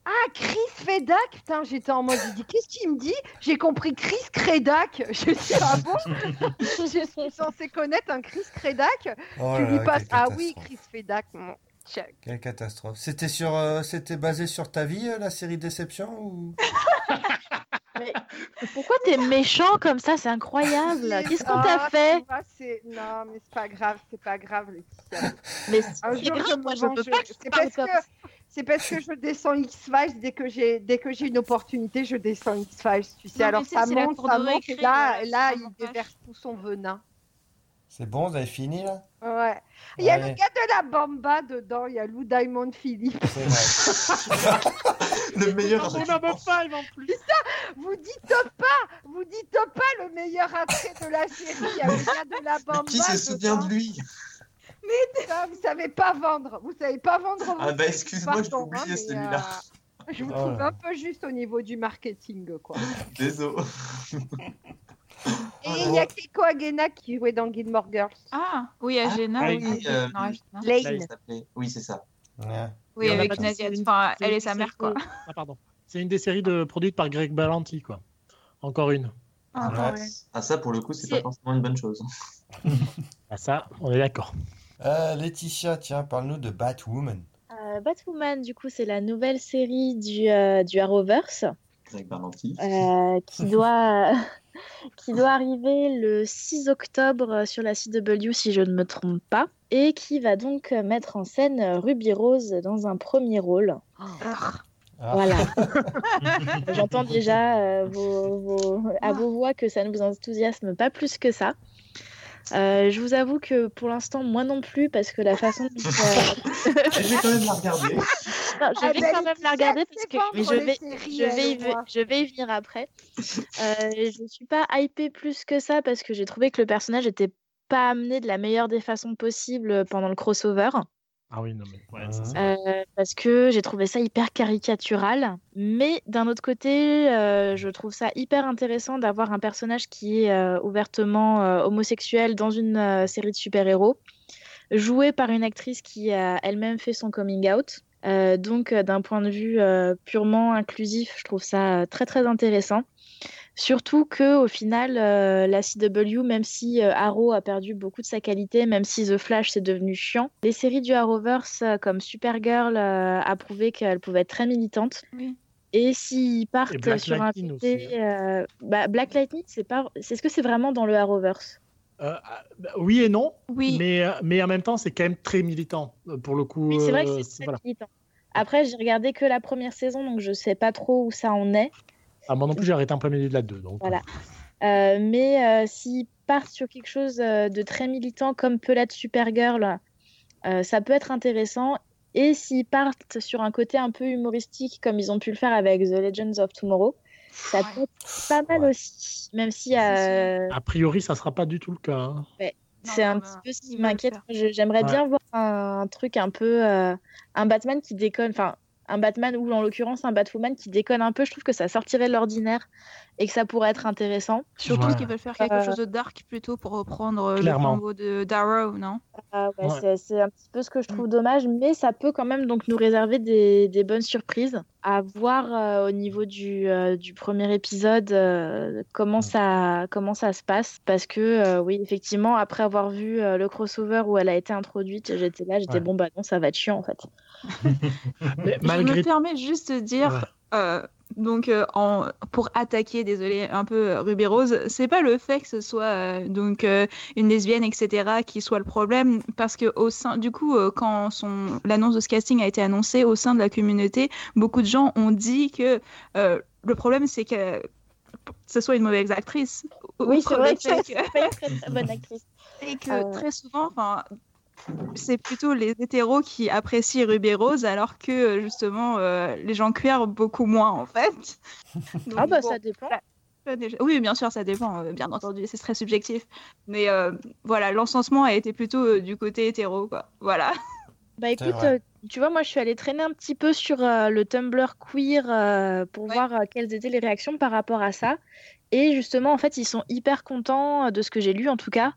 Ah, Chris Fedak Putain, j'étais en mode, je dis, qu'est-ce qu'il me dit J'ai compris Chris Credak. Je suis ah bon Je suis censée connaître un Chris Credak. Oh tu là lui là, passes. quelle Ah oui, catastrophe. Chris Fedak. mon check. Quelle catastrophe. C'était sur, euh, c'était basé sur ta vie, euh, la série Déception ou... Pourquoi t'es méchant comme ça C'est incroyable. Qu'est-ce qu'on t'a Ah, fait tu vois, c'est- Non, mais c'est pas grave, c'est pas grave, Laetitia. Mais Un c'est jour, grave, Ah, je me moi, je peux vengerai. pas que tu C'est parles parce comme que. C'est parce que je descends X-Files dès que j'ai dès que j'ai une opportunité, je descends X-Files, tu sais. Non, mais Alors c'est- ça c'est la monte, cour ça de monte. récré, et Là, voilà, là, c'est il vraiment vache. déverse tout son venin. C'est bon, vous avez fini là? Ouais. Il y a Ouais. le gars de la Bamba dedans, il y a Lou Diamond Philippe. C'est vrai. Le meilleur. On a même pas, il en plus. Vous dites pas, vous dites pas le meilleur attrait de la série, il y a le gars de la Bamba. Mais qui se souvient de lui dedans. Vous savez pas vendre, vous savez pas vendre. vos Ah bah, séries, excuse-moi, je l'ai pardon, hein, oublié, mais, celui-là. Ah. euh, Je vous Oh trouve là. un peu juste au niveau du marketing, quoi. Désolé. Et Ah, il y a Keiko Agena qui jouait dans Gilmore Girls. Ah, oui, à Ah, Jenna. oui, oui, euh, non, à Jenna. Lane. Ça s'appelait- Oui, c'est ça. Ouais. Oui, Et on a avec pas une dit- asiatique. Enfin, elle et sa mère, quoi. Ah, pardon. C'est une des séries de, produites par Greg Balanti, quoi. Encore une. Ah, Ouais. bah ouais. Ah, ça, pour le coup, c'est C'est- pas forcément une bonne chose. Ah, ça, on est d'accord. Euh, Laetitia, tiens, parle-nous de Batwoman. Euh, Batwoman, du coup, c'est la nouvelle série du, euh, du Arrowverse Greg Berlanti. euh, qui, doit, qui doit arriver le 6 octobre sur la CW, si je ne me trompe pas, et qui va donc mettre en scène Ruby Rose dans un premier rôle. Ah. Voilà. J'entends déjà euh, vos- vos- à vos voix que ça ne vous enthousiasme pas plus que ça. Euh, je vous avoue que pour l'instant, moi non plus, parce que la façon dont. euh, Je vais quand même la regarder. non, je Ah vais ben, quand même la regarder parce que mais je vais, je vais, y, voir. je vais y venir après. Euh, je ne suis pas hypée plus que ça parce que j'ai trouvé que le personnage n'était pas amené de la meilleure des façons possibles pendant le crossover. Ah oui, non, mais. ouais, Ah. ça, c'est- Euh, parce que j'ai trouvé ça hyper caricatural. Mais d'un autre côté, euh, je trouve ça hyper intéressant d'avoir un personnage qui est euh, ouvertement euh, homosexuel dans une euh, série de super-héros, joué par une actrice qui a elle-même fait son coming out. Euh, donc euh, d'un point de vue euh, purement inclusif, je trouve ça euh, très très intéressant. Surtout que au final, euh, la CW, même si euh, Arrow a perdu beaucoup de sa qualité, même si The Flash c'est devenu chiant, les séries du Arrowverse euh, comme Supergirl euh, a prouvé qu'elle pouvait être très militante. Oui. Et s'ils partent Et Black sur Lightning un aussi, hein. côté, euh, bah, Black Lightning, c'est pas, c'est ce que c'est vraiment dans le Arrowverse. Euh, ah, bah, oui et non, Oui. mais, euh, mais en même temps, c'est quand même très militant. euh, Pour le coup, Oui, c'est vrai euh, que c'est très voilà. militant. Après, j'ai regardé que la première saison, donc je sais pas trop où ça en est. Ah, moi non plus, j'ai arrêté un premier milieu de la 2. Donc, Voilà. Euh, mais euh, s'ils partent sur quelque chose euh, de très militant comme peut l'être Supergirl, euh, ça peut être intéressant. Et s'ils partent sur un côté un peu humoristique comme ils ont pu le faire avec The Legends of Tomorrow, ça Ouais. peut être pas mal Ouais. aussi. Même si C'est euh, A priori, ça sera pas du tout le cas. hein. Non, c'est un non, petit non, peu ce qui ils veulent m'inquiète. faire. Je- J'aimerais Ouais. bien voir un, un truc un peu. euh, un Batman qui déconne. Enfin, un Batman ou en l'occurrence un Batwoman qui déconne un peu. Je trouve que ça sortirait de l'ordinaire et que ça pourrait être intéressant. Surtout Ouais. qu'ils veulent faire quelque Euh, chose de dark plutôt pour reprendre euh, le Clairement. combo de Darrow, non Ah ouais, Ouais. c'est- C'est un petit peu ce que je trouve dommage, mais ça peut quand même donc nous réserver des, des bonnes surprises. À voir euh, au niveau du, euh, du premier épisode euh, comment, Mm. ça, comment ça se passe. Parce que, euh, oui, effectivement, après avoir vu euh, le crossover où elle a été introduite, j'étais là, j'étais Ouais. bon, bah non, ça va être chiant en fait. Ah, Mais Je malgré me permets juste de dire, euh, donc euh, en- pour attaquer, désolé, un peu euh, Ruby Rose, c'est pas le fait que ce soit euh, donc euh, une lesbienne, etc., qui soit le problème, parce que au sein, du coup, euh, quand son l'annonce de ce casting a été annoncée au sein de la communauté, beaucoup de gens ont dit que euh, le problème c'est que ce soit une mauvaise actrice. Oui, Outre c'est vrai le que fait c'est pas une très, très bonne actrice. et que Euh, très souvent, enfin, c'est plutôt les hétéros qui apprécient Ruby Rose, alors que justement euh, les gens queer beaucoup moins en fait. Donc, Ah bah bon, ça dépend. ça, déjà- Oui, bien sûr, ça dépend, euh, bien entendu, c'est très subjectif. Mais euh, voilà, l'encensement a été plutôt euh, du côté hétéro, quoi. Voilà. Bah C'est écoute, vrai. euh, tu vois, moi je suis allée traîner un petit peu sur euh, le Tumblr queer euh, pour Ouais. voir euh, quelles étaient les réactions par rapport à ça. Et justement, en fait, ils sont hyper contents euh, de ce que j'ai lu, en tout cas,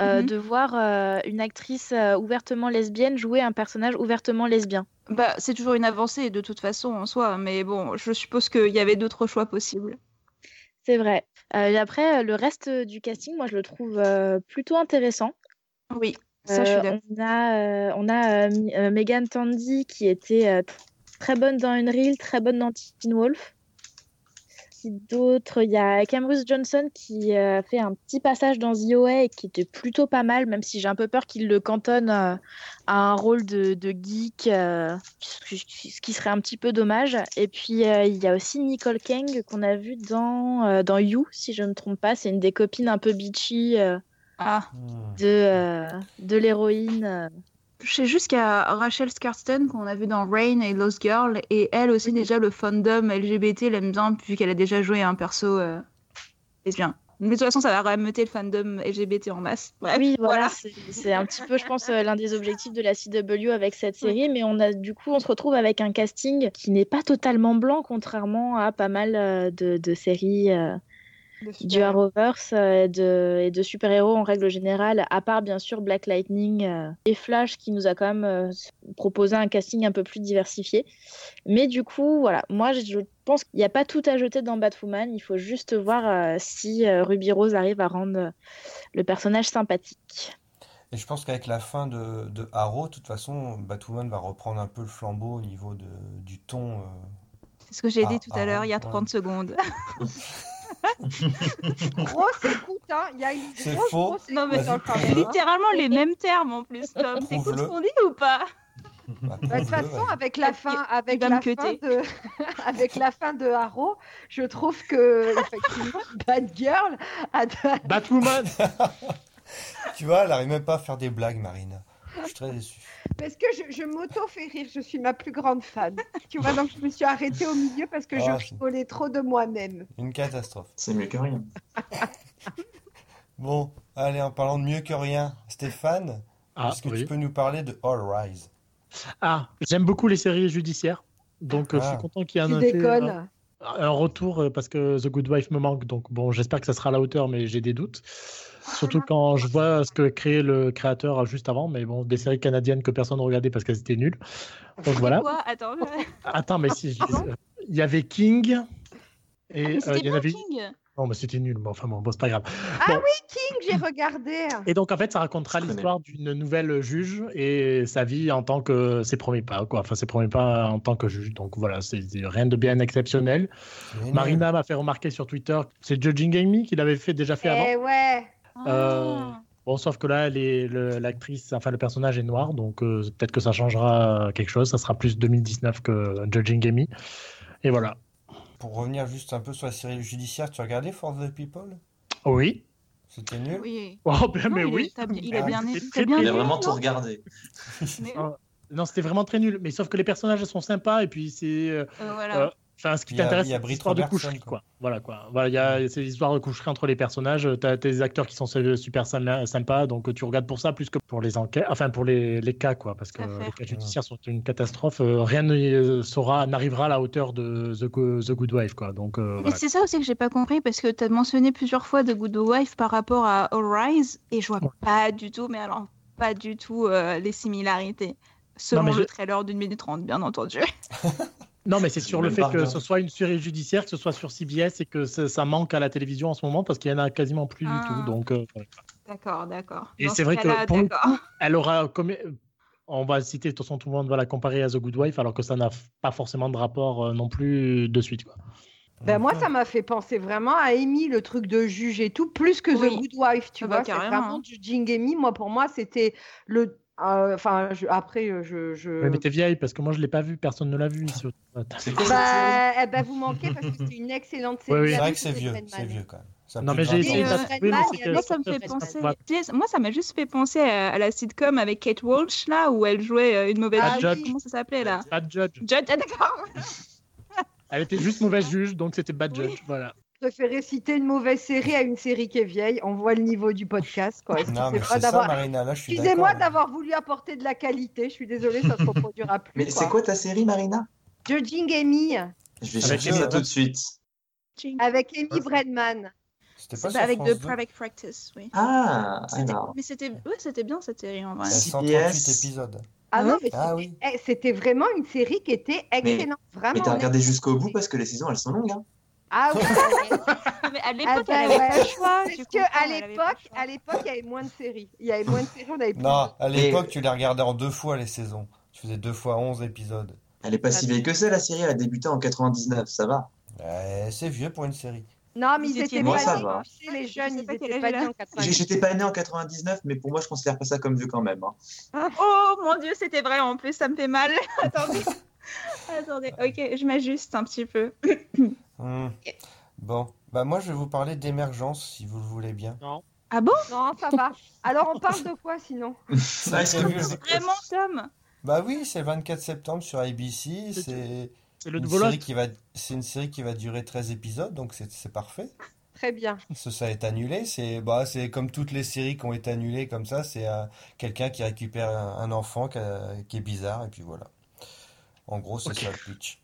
euh, Mhm. de voir euh, une actrice euh, ouvertement lesbienne jouer un personnage ouvertement lesbien. Bah, c'est toujours une avancée de toute façon en soi, mais bon, je suppose qu'il y avait d'autres choix possibles. C'est vrai. Euh, et après, euh, le reste du casting, moi je le trouve euh, plutôt intéressant. Oui, ça, je Euh, suis d'accord. On a, euh, on a euh, Mi- euh, Megan Tandy qui était euh, tr- très bonne dans Unreal, très bonne dans Teen Wolf. Qui d'autre Il y a Camrus Johnson qui euh, a fait un petit passage dans The OA et qui était plutôt pas mal, même si j'ai un peu peur qu'il le cantonne euh, à un rôle de, de geek, euh, ce qui- ce qui serait un petit peu dommage. Et puis euh, il y a aussi Nicole Kang qu'on a vu dans, euh, dans You, si je ne me trompe pas. C'est une des copines un peu bitchy euh, Ah, Hmm. de, euh, de l'héroïne. euh, Je sais juste qu'il y a Rachel Scarston qu'on a vu dans Rain et Lost Girl et elle aussi déjà le fandom LGBT l'aime bien vu qu'elle a déjà joué un perso euh, lesbien. Mais de toute façon ça va rameuter le fandom LGBT en masse. Bref, Oui, voilà, c'est- c'est un petit peu, je pense, euh, l'un des objectifs de la CW avec cette série, mais on a du coup, on se retrouve avec un casting qui n'est pas totalement blanc, contrairement à pas mal euh, de, de séries euh, du Arrowverse euh, et de, et de super-héros en règle générale, à part bien sûr Black Lightning euh, et Flash qui nous a quand même euh, proposé un casting un peu plus diversifié. Mais du coup, voilà, moi je pense qu'il n'y a pas tout à jeter dans Batwoman, il faut juste voir euh, si euh, Ruby Rose arrive à rendre euh, le personnage sympathique. Et je pense qu'avec la fin de, de Arrow, de toute façon, Batwoman va reprendre un peu le flambeau au niveau de, du ton. euh. C'est ce que j'ai Ah, dit tout ah, à l'heure, il y a ouais. 30 secondes. Grosse écoute, hein. Il y a une C'est grosse, faux. grosse Non, mais écoute dans le Vas-y, travail, hein. Littéralement les mêmes termes en plus, Tom. T'écoutes Prouve-le. ce qu'on dit ou pas Bah, Bah, de toute prouve-le, façon, ouais. avec la fin, avec va la me fin queuter. de, avec la fin de Arrow, je trouve que effectivement, Bad Girl a de- Batwoman Ah, Tu vois, elle arrive même pas à faire des blagues, Marine. Je suis très déçu. parce que je, je m'auto fais rire. Je suis ma plus grande fan. Tu vois, donc je me suis arrêtée au milieu parce que je Ah, c'est- rigolais trop de moi-même. Une catastrophe. C'est mieux que rien. Bon, allez, en parlant de mieux que rien, Stéphane, Ah, est-ce que oui. tu peux nous parler de All Rise Ah, j'aime beaucoup les séries judiciaires. Donc, euh, je Ah. suis content qu'il y ait un, Tu effet, déconnes. un retour euh, parce que The Good Wife me manque. Donc, bon, j'espère que ça sera à la hauteur, mais j'ai des doutes. Surtout quand je vois ce que créait le créateur euh, juste avant. Mais bon, des séries canadiennes que personne ne regardait parce qu'elles étaient nulles. Donc, voilà. Quoi Attends. euh, Attends, mais si. je- Il y avait King. Et mais euh, il C'était y en pas avait. King Non, mais c'était nul. mais enfin, bon, bon, c'est pas grave. King, j'ai regardé. Et donc, en fait, ça racontera Je connais. l'histoire d'une nouvelle juge et sa vie en tant que ses premiers pas, quoi. Enfin, ses premiers pas en tant que juge. Donc voilà, c'est c'est rien de bien exceptionnel. C'est nul. Marina m'a fait remarquer sur Twitter, c'est Judging Amy qui l'avait fait, déjà fait avant. Eh ouais. Euh, Ah. Bon, sauf que là, elle est- le- l'actrice, enfin, le personnage est noir, donc euh, peut-être que ça changera quelque chose. Ça sera plus 2019 que Judging Amy. Et voilà. Pour revenir juste un peu sur la série judiciaire, tu regardais For the People Oui. C'était nul Oui. Oh, ben, Non, mais il est- oui. t'as bien- Il a Ah, bien c'est t'as très bien bien. Il aimé, Ah, a vraiment tout non regardé. Mais, Ah, Non, c'était vraiment très nul. Mais sauf que les personnages sont sympas et puis c'est. euh, euh, voilà. Euh, Enfin, ce qui Il y a- t'intéresse, il y a c'est Britt l'histoire de Robertson, coucherie, quoi. Mm. quoi. Voilà, quoi. Voilà, il y a ces histoires de coucherie entre les personnages. T'as tes acteurs qui sont su- super sym- sympas, donc tu regardes pour ça plus que pour les enquêtes, enfin pour les, les cas, quoi, parce que Tout à fait. les Mm. cas judiciaires sont une catastrophe. Euh, rien ne saura, n'arrivera à la hauteur de The, Go- The Good Wife, quoi. Donc, euh, Mais voilà. c'est ça aussi que j'ai pas compris parce que tu as mentionné plusieurs fois The Good Wife par rapport à All Rise et je vois Ouais. pas du tout, mais alors pas du tout euh, les similarités. Selon mais le je- trailer d'une minute trente, bien entendu. Non, mais c'est Je sur vais le même fait pas que regarder. ce hein. soit une série judiciaire, que ce soit sur CBS et que ça, ça manque à la télévision en ce moment parce qu'il y en a quasiment plus Ah. du tout. Donc, euh, voilà. D'accord, d'accord. Et Dans c'est ce vrai que cas-là, pour le d'accord. elle aura comme on va citer de toute façon tout le monde va la comparer à The Good Wife alors que ça n'a f- pas forcément de rapport euh, non plus de suite quoi. Ben moi, ça m'a fait penser vraiment à Amy, le truc de juge et tout, plus que The Oui. Good Wife, tu Ah bah, vois. c'est carrément. vraiment du Jing Amy. Moi, pour moi, c'était le. euh, Enfin, je- après, euh, je. je... Ouais, mais t'es vieille parce que moi je l'ai pas vu, personne ne l'a vu ici. autour de la table. C'est quoi cette série Bah, eh ben, vous manquez parce que c'est une excellente série. hein. Oui, oui. C'est avec vrai que c'est Nicole vieux, Kidman. c'est vieux quand même. Ça a Non plus mais de j'ai 20 ans. essayé de la Et, euh, trouver, mais c'est que Moi, ça me fait passe pas. penser. Voilà. Tu sais, Moi, ça m'a juste fait penser euh, à, à la sitcom avec Kate Walsh là, où elle jouait euh, une mauvaise Ah, juge. Judge. Comment ça s'appelait là Bad Judge. Judge. Ah, d'accord. Elle était juste mauvaise juge donc c'était Bad Oui. Judge. Voilà. Je préférais citer une mauvaise série à une série qui est vieille. On voit le niveau du podcast, quoi. Non mais Excusez-moi c'est ça, d'avoir- Marina, là je suis d'accord. hein. Excusez-moi d'avoir voulu apporter de la qualité. Je suis désolée, ça ne se reproduira plus. Mais c'est quoi ta série, Marina Judging Amy Je vais Avec chercher Amy ça Adams. tout de suite. avec Amy Bredman. C'était pas Bah, sur Ah, avec France The 2. Private Practice, oui. Ah, C'était- alors. Mais c'était ouais, c'était bien cette série en vrai. Il y a CBS. 138 épisodes. Hein? Ah non, mais Ah oui. Eh, C'était vraiment une série qui était excellente. Mais vraiment. t'as regardé jusqu'au bout parce que les saisons, elles sont longues. hein. Ah oui, Mais à l'époque, l'époque, elle elle avait pas avait pas le le choix. Ah, bah parce que à l'époque, à l'époque, il y avait moins de séries. Il y avait moins de séries, on avait plus. Non, à l'époque Et- tu les regardais en deux fois les saisons. Tu faisais deux fois 11 épisodes. Elle est pas si vieille que ça, la série. Elle a débuté en 99, ça va. Ouais, c'est vieux pour une série. Non, mais Vous ils étiez étaient moins pas ça, nés. va. Tu sais, les Je jeunes, sais ils pas quel étaient âge pas elle a. nés en J'ai- 90. J'étais pas né en 99, mais pour moi, je considère pas ça comme vieux quand même. hein. Oh mon dieu, c'était vrai en plus, ça me fait mal. Attendez. Attendez, ok, je m'ajuste un petit peu. Hmm. Bon, bah moi je vais vous parler d'émergence si vous le voulez bien. Ah bon Non, ça va. Alors, on parle de quoi sinon Ah, est-ce que prévu. vous- Vraiment, Tom Bah oui, c'est le 24 septembre sur ABC, C'est- c'est C'est le une nouveau série Lost. qui va c'est une série qui va durer 13 épisodes donc c'est c'est parfait. Très bien. Ça, ça est annulé. C'est bah, c'est comme toutes les séries qui ont été annulées comme ça. C'est euh, quelqu'un qui récupère un, un enfant qui, a- qui est bizarre et puis voilà. En gros, c'est Ok. ça le pitch.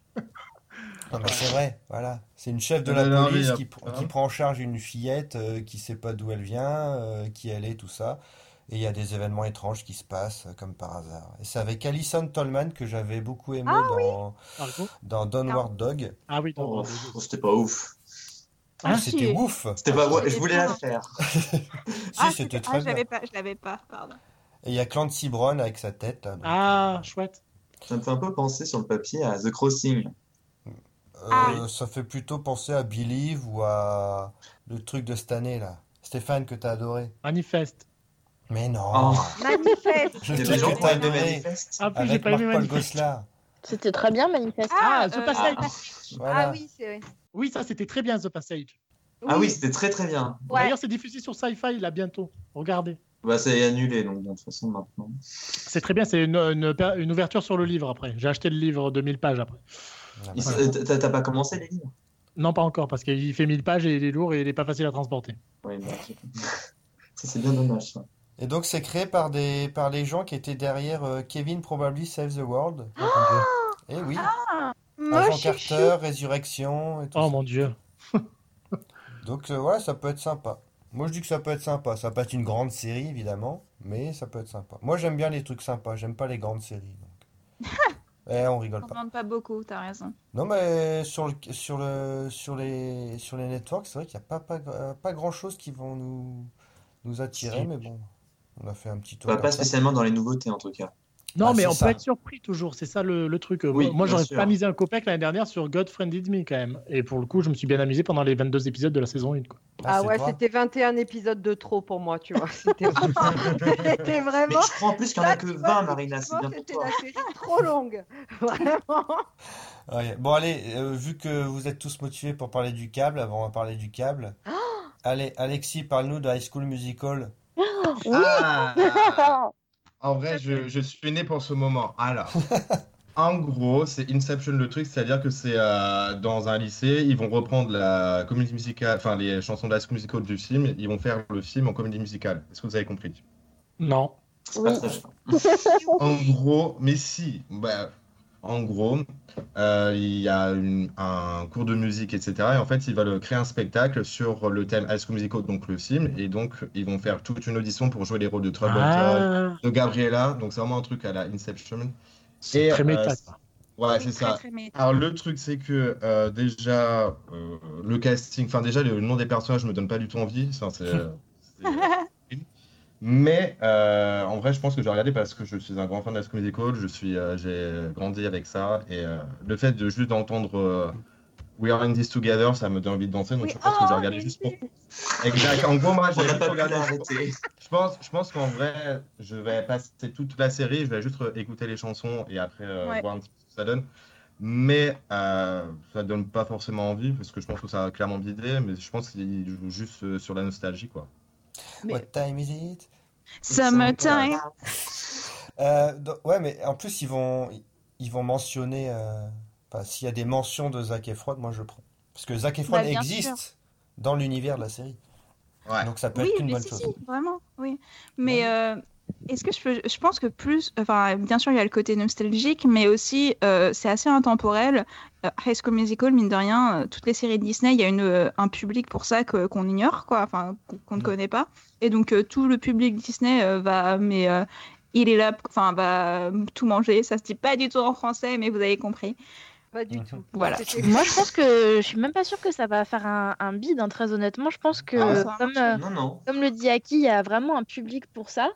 Non, mais c'est vrai, voilà. C'est une chef de la Elle a police envie, qui, hein. qui prend en charge une fillette euh, qui sait pas d'où elle vient, euh, qui elle est, tout ça. Et il y a des événements étranges qui se passent, euh, comme par hasard. Et c'est avec Alison Tolman que j'avais beaucoup aimé Ah dans, Argo dans Downward Dog. Ah oui, non, Oh, non, pff, non. c'était pas ouf. Ah, Mais c'était si. ouf! C'était pas, ouais, c'était je voulais la bien. faire. Si, Ah, c'était c'était- très ah, je bien. l'avais pas, je l'avais pas, pardon. Et il y a Clancy Brown avec sa tête, là. donc, Ah, chouette. Ça me fait un peu penser sur le papier à The Crossing. euh, Ah. euh, ça fait plutôt penser à Believe ou à le truc de cette année, là. Stéphane, que t'as adoré. Manifeste. Mais non! Oh. Manifeste. Le Il y truc a des gens que qui t'as aiment les aimé manifestes. Ah, plus j'ai avec pas aimé Marc-Paul Manifeste. Gosselin. C'était très bien manifeste. Ah, Ah, The euh, Passage. ah. Voilà. Ah oui, c'est vrai. Oui, ça, c'était très bien, The Passage. Ah oui, c'était très très bien. Ouais. D'ailleurs, c'est diffusé sur Sci-Fi, là, bientôt. Regardez. Bah, c'est annulé, donc bon, de toute façon, maintenant. C'est très bien, c'est une, une- une ouverture sur le livre, après. J'ai acheté le livre de 1000 pages, après. Ah, Il s- Voilà. t'as- T'as pas commencé les livres Non, pas encore, parce qu'il fait 1000 pages et il est lourd et il est pas facile à transporter. Oui, bah, je- ça c'est bien dommage. Ça. Et donc c'est créé par des par les gens qui étaient derrière euh, Kevin Probably Save the World. Et oui, Ah. Moi, Agent je suis Carter, Résurrection et tout Oh ça. mon dieu. Donc euh, voilà, ça peut être sympa. Moi je dis que ça peut être sympa. Ça peut être une grande série évidemment, mais ça peut être sympa. Moi j'aime bien les trucs sympas, j'aime pas les grandes séries. donc. Eh, on rigole On pas. demande pas beaucoup, t'as raison. Non mais sur le sur le sur les sur les networks, c'est vrai qu'il n'y a pas pas, euh, pas grand chose qui vont nous nous attirer, Si. mais bon, on a fait un petit tour. Ah, Bah, comme pas ça. spécialement dans les nouveautés en tout cas. Non, Ah, mais c'est on ça. peut être surpris toujours, c'est ça le, le truc. Oui, Moi, Moi, bien j'aurais sûr. pas misé un copec l'année dernière sur God Friended Me quand même. Et pour le coup, je me suis bien amusé pendant les 22 épisodes de la saison 1. Quoi. Ah, Ah c'est ouais, toi. c'était 21 épisodes de trop pour moi, tu vois. C'était vraiment... c'était Mais vraiment... je crois en plus qu'il y en Là, a que tu vois, 20, Marina, c'est bien pour C'était toi. la série trop longue. Vraiment. Ouais. Bon, allez, euh, vu que vous êtes tous motivés pour parler du câble, avant on va parler du câble. Allez, Alexis, parle-nous de High School Musical. Ah, en vrai, je, je suis né pour ce moment. Alors, en gros, c'est Inception le truc, c'est-à-dire que c'est euh, dans un lycée, ils vont reprendre la comédie musicale, enfin les chansons de la musical du film, et ils vont faire le film en comédie musicale. Est-ce que vous avez compris? Non. C'est pas Ah. très grave. En gros, mais si, bah, en gros, euh, il y a une- un cours de musique, etc. Et en fait, ils veulent créer un spectacle sur le thème High School Musical, donc le film. Et donc, ils vont faire toute une audition pour jouer les rôles de Trouble, Ah, de Gabriella. Donc, c'est vraiment un truc à la Inception. c'est Et, très euh, méta. c'est- Ouais, Très, c'est ça. très méta. Alors, le truc, c'est que euh, déjà, euh, le casting, enfin, déjà, le nom des personnages me donne pas du tout envie. Enfin, c'est- c'est- Mais euh, en vrai, je pense que j'ai regardé parce que je suis un grand fan de la School Musical. Je suis, euh, j'ai grandi avec ça. Et euh, le fait de juste d'entendre euh, We Are in This Together, ça me donne envie de danser. Donc, We je pense que j'ai are regardé in juste pour. Exact. En gros, moi, j'ai On n'a juste pas pu regardé. l'arrêter. Je pense, je pense qu'en vrai, je vais passer toute la série, je vais juste euh, écouter les chansons et après euh, Ouais. voir un petit peu ce que ça donne. Mais euh, ça donne pas forcément envie parce que je pense que ça a clairement bidé, mais je pense qu'il joue juste euh, sur la nostalgie quoi. Mais- What time is it? Summertime. Euh, donc- ouais, mais en plus, ils vont, ils vont mentionner. euh, enfin, s'il y a des mentions de Zac Efron, moi je prends. Parce que Zac Efron Bah, bien existe dans l'univers de la série. Ouais. Donc ça peut Oui, être qu'une mais bonne si, chose. si, vraiment, oui. Mais euh, est-ce que je peux... Je pense que plus... Enfin, bien sûr, il y a le côté nostalgique, mais aussi, euh, c'est assez intemporel. Euh, High School Musical, mine de rien, euh, toutes les séries Disney, il y a une, euh, un public pour ça que- qu'on ignore, quoi, enfin, qu'on qu'on ne Mm. connaît pas. Et donc, euh, tout le public Disney euh, va... Mais euh, il est là, enfin, va euh, tout manger. Ça se dit pas du tout en français, mais vous avez compris. Pas du Mhm. tout. Voilà. C'était- Moi, je pense que je suis même pas sûre que ça va faire un, un bid, hein, très honnêtement. Je pense que, Ah, ça va comme, marcher. Non, euh, non. comme le dit Aki, il y a vraiment un public pour ça.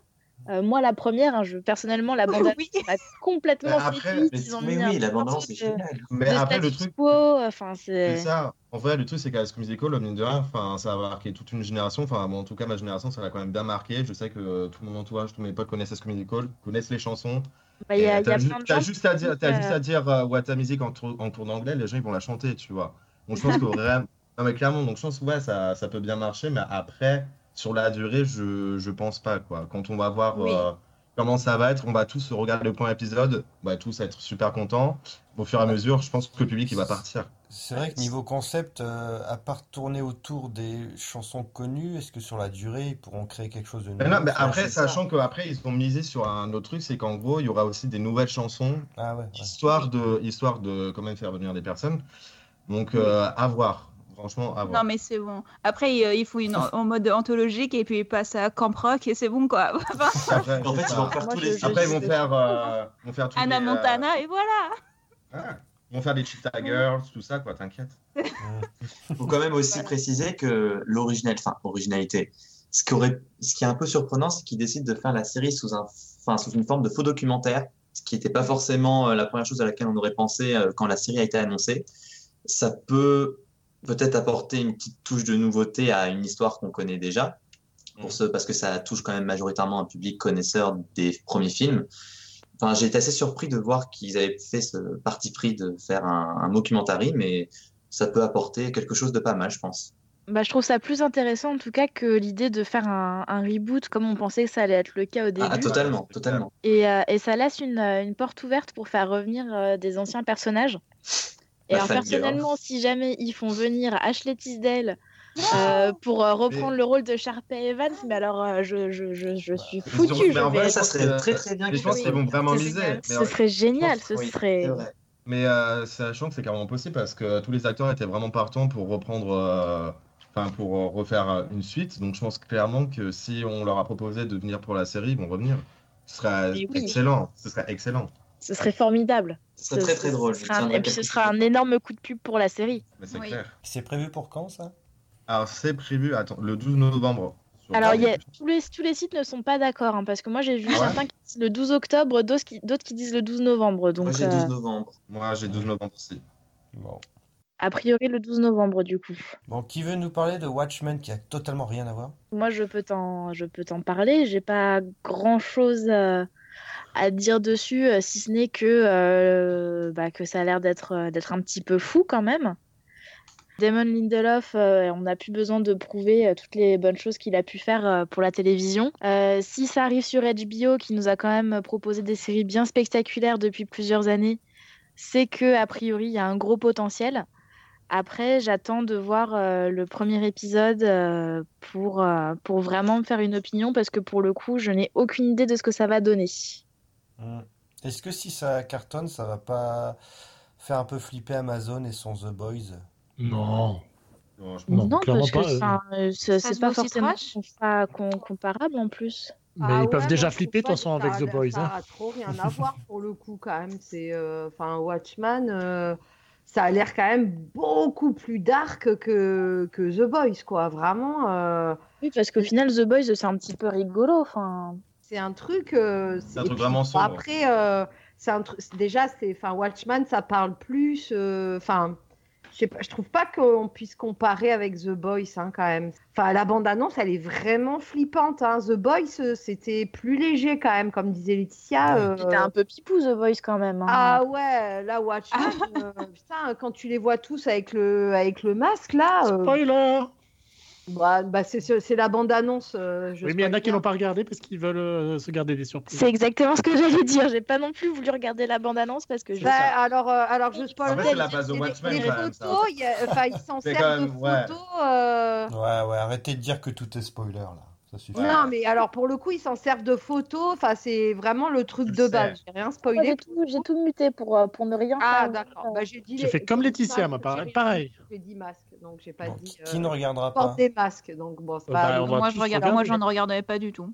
Euh, moi, la première, hein, je, personnellement, la bande Oui. m'a complètement Mais Bah, après, séduite. Mais, Ils ont mais mis oui, un la petit bande-annonce morceau c'est de- génial. de Mais après le status truc, quo, Enfin, c'est c'est. ça. En vrai, le truc c'est qu'à la School Musical, mine de rien, enfin, ça a marqué toute une génération. Enfin, moi, en tout cas, ma génération, ça l'a quand même bien marqué. Je sais que euh, tout mon entourage, tous mes potes connaissent la School Musical, connaissent les chansons. Bah, il y a, Et euh, il y a T'as ju- plein de gens. t'as juste à dire, disent, t'as juste euh, à dire euh, What Time Is It en, tour- en cours d'anglais, les gens ils vont la chanter, tu vois. Donc je pense que vraiment, non mais clairement, donc je pense ouais, ça, ça peut bien marcher, mais après sur la durée, je je pense pas quoi. Quand on va voir Oui. euh, comment ça va être. On va tous regarder le premier épisode, on va tous être super contents. Au fur et à mesure, je pense que le public il va partir. C'est vrai que niveau concept, euh, à part tourner autour des chansons connues, est-ce que sur la durée, ils pourront créer quelque chose de nouveau Mais non, mais Ça, après, c'est sachant qu'après, ils ont misé sur un autre truc, c'est qu'en gros, il y aura aussi des nouvelles chansons, ça. Ah ouais, ouais. histoire de, histoire de quand même faire venir des personnes. Donc, euh, à voir. Franchement, à voir. Non, mais c'est Ah bon. Après, ils, ils font une en, en mode anthologique et puis ils passent à Camp Rock et c'est bon, quoi. Après, En fait, c'est ils vont pas- faire Moi, tous je- les je- après, ils vont faire, euh, ils vont faire tous Anna les, euh, Montana, et voilà. ah, ils vont faire des Cheetah Girls, tout ça, quoi, t'inquiète. faut quand même aussi préciser que l'original, enfin, originalité, ce qui, aurait, ce qui est un peu surprenant, c'est qu'ils décident de faire la série sous, un, enfin, sous une forme de faux documentaire, ce qui n'était pas forcément euh, la première chose à laquelle on aurait pensé euh, quand la série a été annoncée. Ça peut peut-être apporter une petite touche de nouveauté à une histoire qu'on connaît déjà, pour ce, parce que ça touche quand même majoritairement un public connaisseur des premiers films. Enfin, j'ai été assez surpris de voir qu'ils avaient fait ce parti pris de faire un, un mockumentary, mais ça peut apporter quelque chose de pas mal, je pense. Bah, je trouve ça plus intéressant en tout cas que l'idée de faire un, un reboot comme on pensait que ça allait être le cas au début. Ah, totalement, totalement. Et, euh, et ça laisse une, euh, une porte ouverte pour faire revenir euh, des anciens personnages. Et La alors, fangirl. personnellement, si jamais ils font venir Ashley Tisdale Ah euh, pour euh, reprendre le rôle de Sharpay Evans, mais alors euh, je, je, je, Bah, je suis foutue. mais en je vais vrai, être- ça je pense serait que- très très bien Mais je pense oui, qu'ils vont vraiment Ah, c'est miser. génial. Mais, Ce serait génial, ce Oui, serait. c'est vrai. mais, euh, sachant que c'est carrément possible parce que tous les acteurs étaient vraiment partants pour reprendre, euh, enfin pour euh, refaire euh, une suite. Donc je pense clairement que si on leur a proposé de venir pour la série, ils vont revenir. Ce serait Mais oui. excellent. Ce serait excellent. Ce serait formidable. Ce serait très très drôle. Ce je sera un- tiendrai Et puis ce quelque sera chose. un énorme coup de pub pour la série. Mais c'est Oui. clair. C'est prévu pour quand ça Alors c'est prévu, attends, le 12 novembre. Sur- Alors, il y a- tous, les, tous les sites ne sont pas d'accord, hein, parce que moi j'ai vu Ah ouais certains qui disent le 12 octobre, d'autres qui, d'autres qui disent le 12 novembre. Moi Donc, j'ai euh, 12 novembre. Moi j'ai 12 novembre aussi. Bon. a priori le 12 novembre du coup. Bon, qui veut nous parler de Watchmen qui a totalement rien à voir Moi, je peux t'en, je peux t'en parler. J'ai pas grand chose à, à dire dessus, euh, si ce n'est que, euh, bah, que ça a l'air d'être, euh, d'être un petit peu fou quand même. Damon Lindelof, euh, on n'a plus besoin de prouver euh, toutes les bonnes choses qu'il a pu faire euh, pour la télévision. Euh, si ça arrive sur HBO, qui nous a quand même proposé des séries bien spectaculaires depuis plusieurs années, c'est que a priori il y a un gros potentiel. Après, j'attends de voir euh, le premier épisode euh, pour, euh, pour vraiment me faire une opinion parce que pour le coup, je n'ai aucune idée de ce que ça va donner. Hmm. Est-ce que si ça cartonne, ça va pas faire un peu flipper Amazon et son The Boys Non. Bon, je- Non, clairement parce que pas, euh. enfin, euh, c'est Ça c'est se pas voit aussi forcément trash compa- com- comparable en plus. Mais Ah ils ouais, peuvent moi, déjà je flipper de trouve toute façon pas que avec The ça- Boys. Ça hein. a trop rien à voir pour le coup quand même. C'est euh, enfin Watchman, euh, ça a l'air quand même beaucoup plus dark que, que The Boys quoi. Vraiment, euh, Oui, parce qu'au final, The Boys, c'est un petit peu rigolo. Enfin, c'est un truc. euh, c'est un et truc puis, vraiment sombre. Après, euh, c'est un truc. Déjà, c'est enfin Watchman, ça parle plus. euh, Enfin. je sais pas, je trouve pas qu'on puisse comparer avec The Boys hein, quand même. Enfin, la bande-annonce, elle est vraiment flippante. hein. The Boys, euh, c'était plus léger quand même, comme disait Laetitia. euh, Ouais. c'était un peu pipou, The Boys, quand même. hein. Ah ouais, là Watchmen, ah. euh, putain, quand tu les vois tous avec le avec le masque là, euh, Spoiler bah, bah, c'est c'est la euh, bande annonce. Oui, mais il y en a qui l'ont pas regardé parce qu'ils veulent euh, se garder des surprises. C'est exactement ce que j'allais dire. J'ai pas non plus voulu regarder la bande-annonce parce que je. alors euh, alors je spoil. En fait, c'est la base de Les- Watchmen, Les, quand même, ça. photos, il y a- enfin ils s'en C'est servent quand même- de ouais. photos. euh, Ouais, ouais, arrêtez de dire que tout est spoiler là. Ça suffit. Ouais. Non mais alors pour le coup ils s'en servent de photos. Enfin c'est vraiment le truc Tu le de sais. base. J'ai rien Moi, spoilé. J'ai tout, j'ai tout muté pour, euh, pour ne rien Ah faire. d'accord. Bah, j'ai dit J'ai les- fait comme j'ai dit Laetitia, masque, moi, pareil. j'ai- pareil. J'ai dit masque, donc j'ai pas Bon, dit. qui euh, ne regardera pas porte des masques, donc bon c'est Euh, pas. bah, on va moi, je tous regarde, regarder. moi, je ne regardais pas du tout.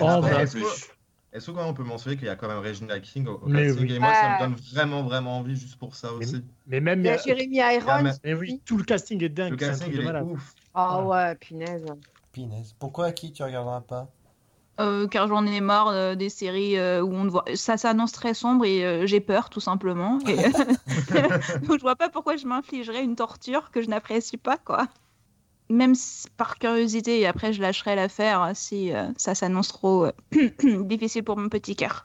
Oh, Après, bah, Est-ce que- est-ce que on peut mentionner qu'il y a quand même Regina King au, au Mais casting oui. Et moi, ça me Ah. donne vraiment, vraiment envie juste pour ça aussi. Mais même. euh, Il y a Jérémy Ah, mais- Irons. Mais Eh oui, tout le casting est dingue. Le c'est un casting, truc de il est malade. ouf. Ah ouais, punaise. Pinaise. Pourquoi à qui tu regarderas pas Euh, car j'en ai marre euh, des séries euh, où on ne voit... ça s'annonce très sombre et euh, j'ai peur tout simplement. Et... Donc je vois pas pourquoi je m'infligerais une torture que je n'apprécie pas quoi. Même si- par curiosité et après je lâcherai l'affaire si euh, ça s'annonce trop euh, difficile pour mon petit cœur.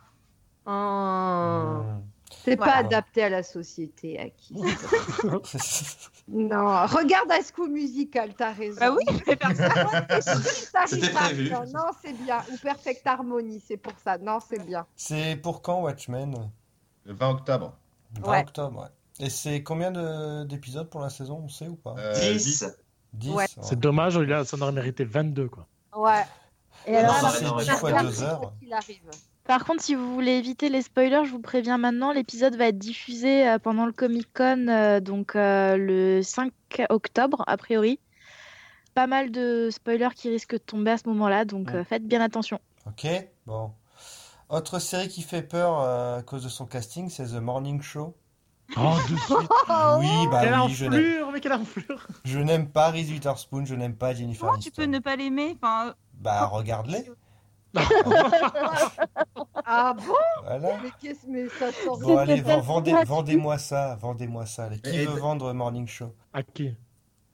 Ah. Hmm. C'est Voilà. pas adapté à la société, Aki. non, regarde à School Musical, t'as raison. Bah oui, mais personne- C'était prévu. Non, non, c'est bien. Ou Perfect Harmony, c'est pour ça. Non, c'est bien. C'est pour quand Watchmen? Le 20 octobre. 20 Ouais. octobre, ouais. Et c'est combien de- d'épisodes pour la saison, on sait ou pas? Euh, 10. 10? ouais. C'est dommage, il a- ça en aurait mérité 22. Quoi. Ouais. Ah, Et alors, alors, Alors, non, mais Ah, bah, c'est non, mais 10 non. fois 2 heures. Il arrive. Par contre, si vous voulez éviter les spoilers, je vous préviens maintenant, l'épisode va être diffusé euh, pendant le Comic Con, donc euh, le 5 octobre, a priori. Pas mal de spoilers qui risquent de tomber à ce moment-là, donc Ouais. euh, faites bien attention. Ok, bon. Autre série qui fait peur euh, à cause de son casting, c'est The Morning Show. Oh, de suite. Oui, Ah quelle bah oui, je n'aime, enflure, mais quelle enflure. je n'aime pas Reese Witherspoon, je n'aime pas Jennifer Comment tu Aniston. peux ne pas l'aimer enfin, Bah, regarde-les. Ah bon Voilà. Mais qu'est-ce mais ça sort Bon, allez, pas vend- vendez, gratuit. vendez-moi ça, vendez-moi ça. allez. Qui Et- veut vendre Morning Show? À qui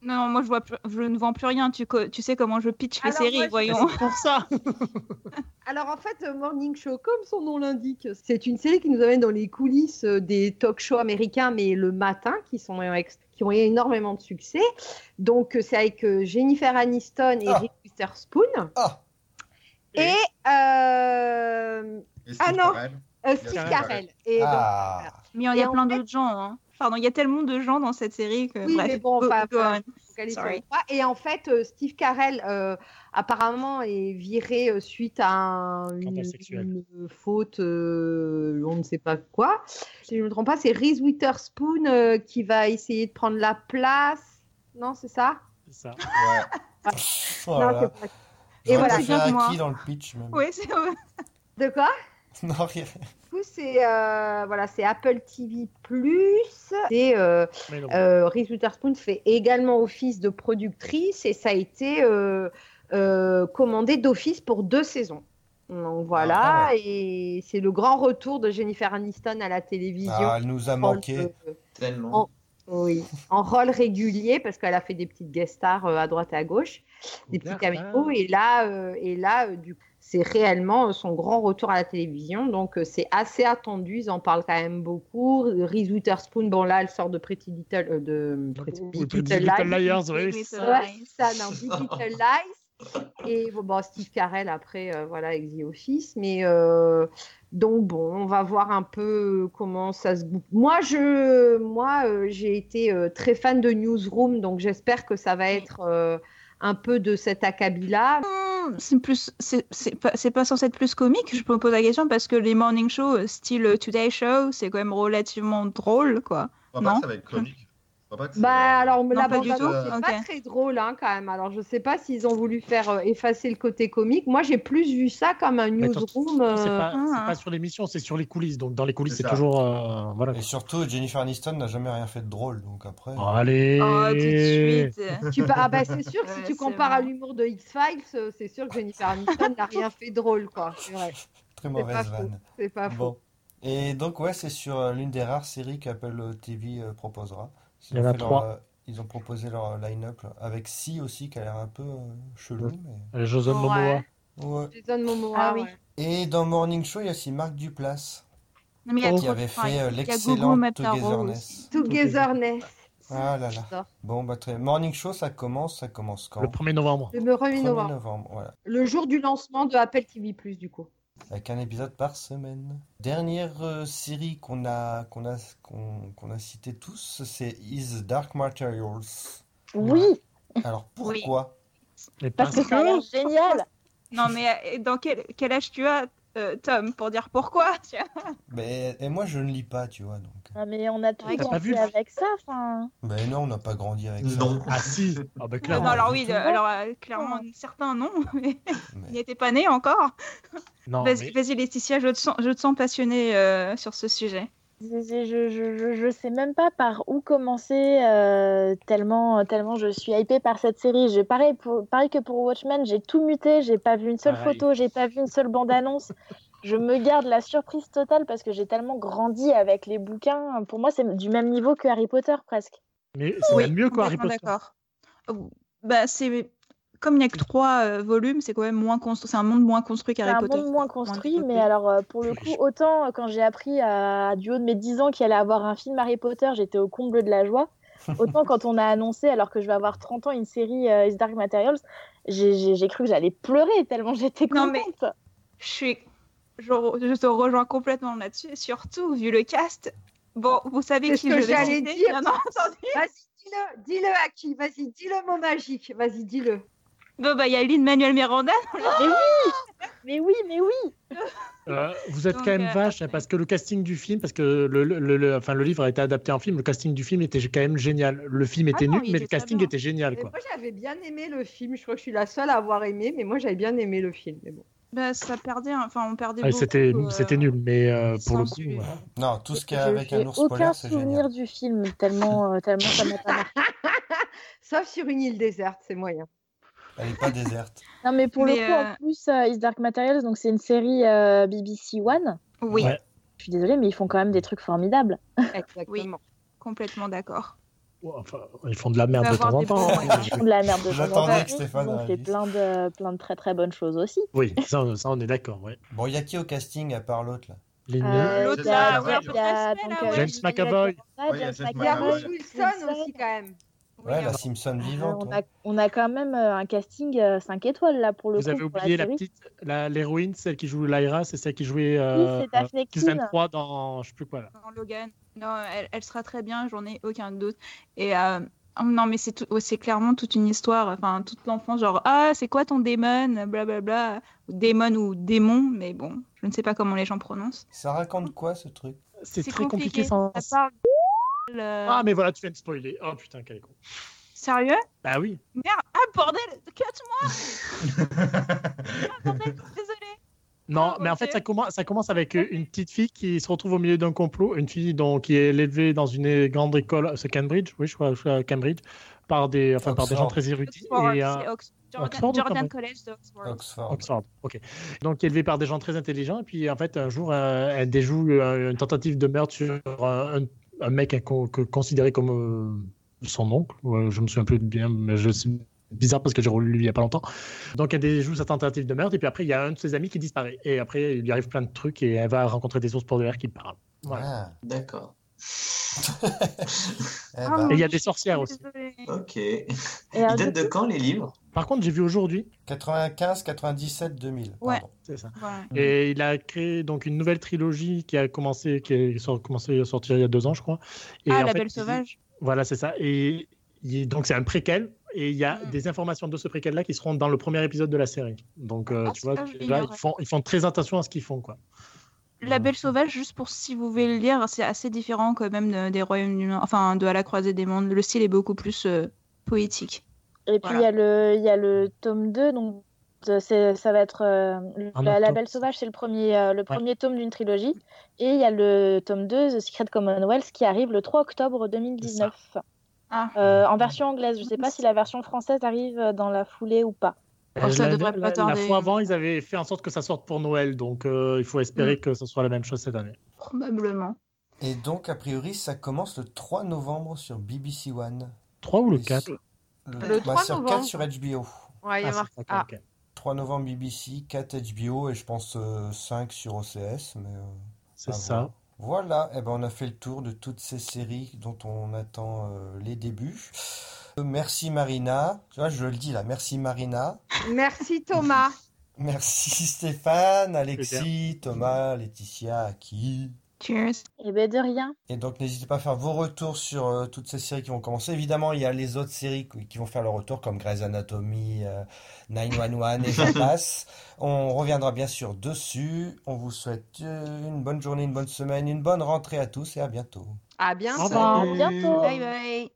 Non, non, moi je, vois plus- je ne vends plus rien. Tu, co- tu sais comment je pitch les Alors, séries, moi, je- voyons. C'est pour ça. Alors en fait, euh, Morning Show, comme son nom l'indique, c'est une série qui nous amène dans les coulisses euh, des talk shows américains, mais le matin, qui, sont, euh, ex- qui ont eu énormément de succès. Donc euh, c'est avec euh, Jennifer Aniston et Ah. Reese Witherspoon. Ah, Et euh, Et Ah Steve non. Carell. euh, Steve Steve Carell. Et donc, ah. Mais il y Et a en plein fait- d'autres gens. hein. Pardon, il y a tellement de gens dans cette série que. Oui, bref. mais bon, Go- enfin, go voilà. on. Donc, elle est sur Sorry. le pas. Et en fait, euh, Steve Carell euh, apparemment est viré euh, suite à un- une, Scandale sexuel. une faute, euh, on ne sait pas quoi. Si je ne me trompe pas, c'est Reese Witherspoon euh, qui va essayer de prendre la place. Non, c'est ça C'est ça. Non, Ouais. Voilà. c'est pas- J'aurais voilà. préféré C'est bien à que moi. qui dans le pitch même? Oui, c'est vrai. De quoi Non, rien. Du coup, c'est euh, voilà, c'est Apple TV+. C'est euh, Mais non. Euh, Reese Witherspoon fait également office de productrice et ça a été euh, euh, commandé d'office pour deux saisons. Donc voilà, Ah et c'est le grand retour de Jennifer Aniston à la télévision. Ah, elle nous a En manqué. rôle, euh, Oh. Tellement. oui, en rôle régulier parce qu'elle a fait des petites guest stars euh, à droite et à gauche, des petits D'accord. caméos et là euh, et là euh, du coup, c'est réellement euh, son grand retour à la télévision donc euh, c'est assez attendu, ils en parlent quand même beaucoup. Reese Witherspoon bon là elle sort de Pretty Little euh, de Pretty, Ou Little Pretty Lies. Little Liars, oui. Oui, ça. Little Ouais, Lies. c'est ça, non, Big Little Lies. Et bon, bon, Steve Carell après, euh, voilà, avec The Office. Mais euh, donc bon, on va voir un peu comment ça se goûte. Moi, je, moi, euh, j'ai été euh, très fan de Newsroom, donc j'espère que ça va être euh, un peu de cet acabit-là. C'est plus, c'est- c'est pas, c'est pas censé être plus comique. Je me pose la question parce que les morning shows, euh, style euh, Today Show, c'est quand même relativement drôle, quoi. Je crois pas Non. que ça va être comique. Je crois pas que Bah ça- alors, la pas du bande-annonce, tout, c'est ok. pas très drôle hein, quand même. Alors, je sais pas s'ils ont voulu faire euh, effacer le côté comique. Moi, j'ai plus vu ça comme un Mais attends, Newsroom. C'est euh, pas, c'est ah. pas sur l'émission, c'est sur les coulisses. Donc dans les coulisses, C'est c'est ça. toujours. euh, voilà. Et surtout, Jennifer Aniston n'a jamais rien fait de drôle, donc après. Ah. Allez. Oh, tout de suite. Tu peux- Ah bah c'est sûr que si Ouais, tu c'est compares à vrai. l'humour de X-Files, euh, c'est sûr que Jennifer Aniston n'a rien fait de drôle, quoi. C'est vrai, Très c'est pas mauvaise faux. vanne. C'est pas faux. Bon. Et donc, ouais, c'est sur euh, l'une des rares séries qu'Apple TV euh, proposera. Ils Il ont y en a fait leur, trois. euh, ils ont proposé leur euh, line-up là. avec Si aussi, qui a l'air un peu euh, chelou. mais- Euh, Jason Ouais. Momoa. Ouais. Jason Momoa. Ah oui. ouais. Et dans Morning Show, il y a aussi Marc Duplass, Non, Oh. mais il y a qui trop- avait enfin, il y fait a euh, Gogo l'excellent Mataro Togetherness. aussi. Togetherness. Ah là là. J'adore. Bon, bah très. Morning Show, ça commence, ça commence quand? Le 1er novembre. Le 1er 1er novembre. novembre, voilà. Le jour du lancement de Apple TV+, du coup. Avec un épisode par semaine. Dernière euh, série qu'on a, qu'on a, qu'on, qu'on a citée tous, c'est Is Dark Materials. Oui, Alors Oui. pourquoi? Et parce que ça a Ah, l'air génial. Non, mais euh, dans quel, quel âge tu as, euh, Tom, pour dire pourquoi tu vois Mais, et moi je ne lis pas, tu vois, donc. Ah, mais on a tout Ouais, t'as pas vu grandi le- avec ça. enfin. Mais non, on n'a pas grandi avec ça. Non. Ah si. Ah bah Non, clairement. non, alors oui, du de- tout. alors euh, clairement, certains non, mais Mais- il n'était pas né encore. Non, Vas-y, mais- vas-y, Laetitia, je te sens, je te sens passionnée euh, sur ce sujet. C'est- c'est- Je, je, je, je sais même pas par où commencer, euh, tellement, tellement je suis hypée par cette série. J'ai pareil, pour, pareil que pour Watchmen, j'ai tout muté, j'ai pas vu une seule Pareil. photo, j'ai pas vu une seule bande-annonce. je me garde la surprise totale parce que j'ai tellement grandi avec les bouquins. Pour moi, c'est du même niveau que Harry Potter presque. mais c'est Oui, même mieux quoi, Harry complètement Potter. D'accord. Euh, Bah, c'est comme il n'y a que trois euh, volumes, c'est quand même moins construit. C'est un monde moins construit C'est qu'Harry un Potter. monde moins construit, Harry mais Potter. alors euh, pour le Plus coup, autant euh, quand j'ai appris à, du haut de mes 10 ans qu'il allait avoir un film Harry Potter, j'étais au comble de la joie. Autant quand on a annoncé, alors que je vais avoir 30 ans, une série euh, Is Dark Materials, j'ai- j'ai j'ai cru que j'allais pleurer tellement j'étais Non, contente. mais- euh, Je suis. Je, re- je te rejoins complètement là-dessus, et surtout vu le cast. Bon, vous savez C'est qui ce que je vais j'allais citer, dire. bien entendu. Vas-y, dis-le, dis-le à qui Vas-y, dis-le mot magique. Vas-y, dis-le. Bon, bah, il y a Lynn Manuel Miranda. Mais oui Mais oui, mais oui Euh, vous êtes Donc, quand même euh, vache hein, parce que le casting du film, parce que le, le- le- le- enfin, le livre a été adapté en film, le casting du film était quand même génial. Le film était Ah non, nul, il mais était le très casting bien. était génial. Quoi. moi, j'avais bien aimé le film. Je crois que je suis la seule à avoir aimé, mais moi, j'avais bien aimé le film. Mais bon. Bah, ça perdait, hein. enfin, on perdait Ouais, beaucoup. Ah, C'était euh, c'était nul, mais euh, pour le coup. sensu. ouais. Non, tout ce qu'il y a Je- avec j'ai un ours aucun polaire, c'est génial. souvenir du film, tellement, euh, tellement ça m'a pas marqué. Sauf sur une île déserte, c'est moyen. Elle n'est pas déserte. Non, mais pour Mais, le coup, euh, en plus, euh, Is Dark Materials, donc c'est une série euh, BBC One. Oui, Ouais. Je suis désolée, mais ils font quand même des trucs formidables. Exactement. complètement d'accord. Ouais, enfin, ils font de la merde va de avoir temps en des temps. bons, ouais. Ils font de la merde de temps en J'attendais temps, que Stéphane Ils ont fait réagisse. plein de, plein de très très bonnes choses aussi. Oui, ça, on- ça, on est d'accord. Ouais. Bon, il y a qui au casting à part l'autre là Ligne- Euh, L'autre, il y a- là, ouais, il y a- James donc, euh, James il y a McAvoy. James Ouais, il y a James Il y a McAvoy. McAvoy. Rose Wilson aussi, quand même. Oui, Ouais, la alors, Simpson Euh, vivante. on, hein. a, on a quand même euh, un casting 5 étoiles là pour le Vous coup. avez pour oublié la, série. petite, la- l'héroïne, celle qui joue Lyra, c'est celle qui jouait euh, c'est Daphne euh, Season Keane. 3 dans je sais plus quoi. Là. dans Logan. Non, elle, elle sera très bien, j'en ai aucun doute. Et euh, oh, non, mais c'est tout- oh, c'est clairement toute une histoire, enfin toute l'enfance, genre ah c'est quoi ton démon, blablabla, ou démon ou démon, mais bon, je ne sais pas comment les gens prononcent. Ça raconte quoi ce truc C'est très compliqué, sans. Ça parle. euh, Ah, mais voilà, tu viens de spoiler. Oh putain, quel con. Sérieux Bah oui. Merde, ah bordel, cut-moi, bordel, désolé. Non, Ah, mais en ok. fait, ça commence, ça commence avec euh, une petite fille qui se retrouve au milieu d'un complot, une fille dont, qui est élevée dans une grande école, c'est Cambridge, oui, je crois, je crois, Cambridge, par des, enfin, par des gens Oxford. très érudits. Oxford, et, euh, c'est Ox- Oxford ou Ah, Jordan, Jordan Cambridge College d'Oxford. Oxford. Oxford, ok. Donc élevée par des gens très intelligents, et puis en fait, un jour, euh, elle déjoue euh, une tentative de meurtre sur euh, un, un mec qu'on- que- considéré comme euh, son oncle. Ouais, je me souviens plus bien, mais je c'est Bizarre parce que j'ai relu il y a pas longtemps. Donc elle déjoue sa tentative de meurtre et puis après il y a un de ses amis qui disparaît. Et après il lui arrive plein de trucs et elle va rencontrer des ours polaires qui parlent. Voilà. Ah. D'accord. Eh ben, Et il y a des sorcières aussi. Désolée. ok. Ils Et alors, datent du de quand les livres Par contre, j'ai vu aujourd'hui, 95, 97, 2000. Ouais. pardon. c'est ça. Voilà. Et il a créé donc une nouvelle trilogie qui a commencé, qui est sort- commencé à sortir il y a deux ans, je crois. Et ah, en la fait, belle il- sauvage. Voilà, c'est ça. Et il- donc c'est un préquel. Et il y a Mm. des informations de ce préquel-là qui seront dans le premier épisode de la série. Donc, euh, Ah, tu c'est vois, pas déjà, génial, ouais. ils, font, ils font très attention à ce qu'ils font. Quoi. La Belle Sauvage, juste pour si vous voulez le lire, c'est assez différent quand même de- des Royaumes du Nord, enfin de À la croisée des mondes. Le style est beaucoup plus euh, poétique. Et puis il y a le- il y, a le tome 2, donc de- c'est- ça va être. euh, Un la, autre La tome. Belle Sauvage, c'est le premier, euh, le premier tome d'une trilogie. Et il y a le tome 2, The Secret Commonwealth, qui arrive le 3 octobre 2019. Ah. Euh, en version anglaise, je sais pas si la version française arrive dans la foulée ou pas. Oh, ça Euh, la, devrait pas la- la tarder. fois avant, ils avaient fait en sorte que ça sorte pour Noël. Donc, euh, il faut espérer Hmm. que ce soit la même chose cette année. Probablement. Et donc, a priori, ça commence le 3 novembre sur BBC One. 3 ou le Et 4 sur- Le, Le 3 3 sur novembre. 4 sur HBO. Ouais, il y a Ah, c'est marqué- ça, Ah, ok. 3 novembre BBC, 4 HBO et je pense euh, 5 sur OCS. Mais, euh, C'est à ça. voir. Voilà, eh ben on a fait le tour de toutes ces séries dont on attend euh, les débuts. Euh, Merci Marina. Tu vois, je le dis là, merci Marina. Ah, Merci Thomas. Merci Stéphane, Alexis, Thomas, Laetitia, qui. Cheers. Et ben de rien. Et donc n'hésitez pas à faire vos retours sur euh, toutes ces séries qui vont commencer. Évidemment, il y a les autres séries qui qui vont faire leur retour, comme Grey's Anatomy, euh, 911 et j'en passe. On reviendra bien sûr dessus. On vous souhaite euh, une bonne journée, une bonne semaine, une bonne rentrée à tous et à bientôt. À bientôt. Au revoir. À bientôt. Bye bye.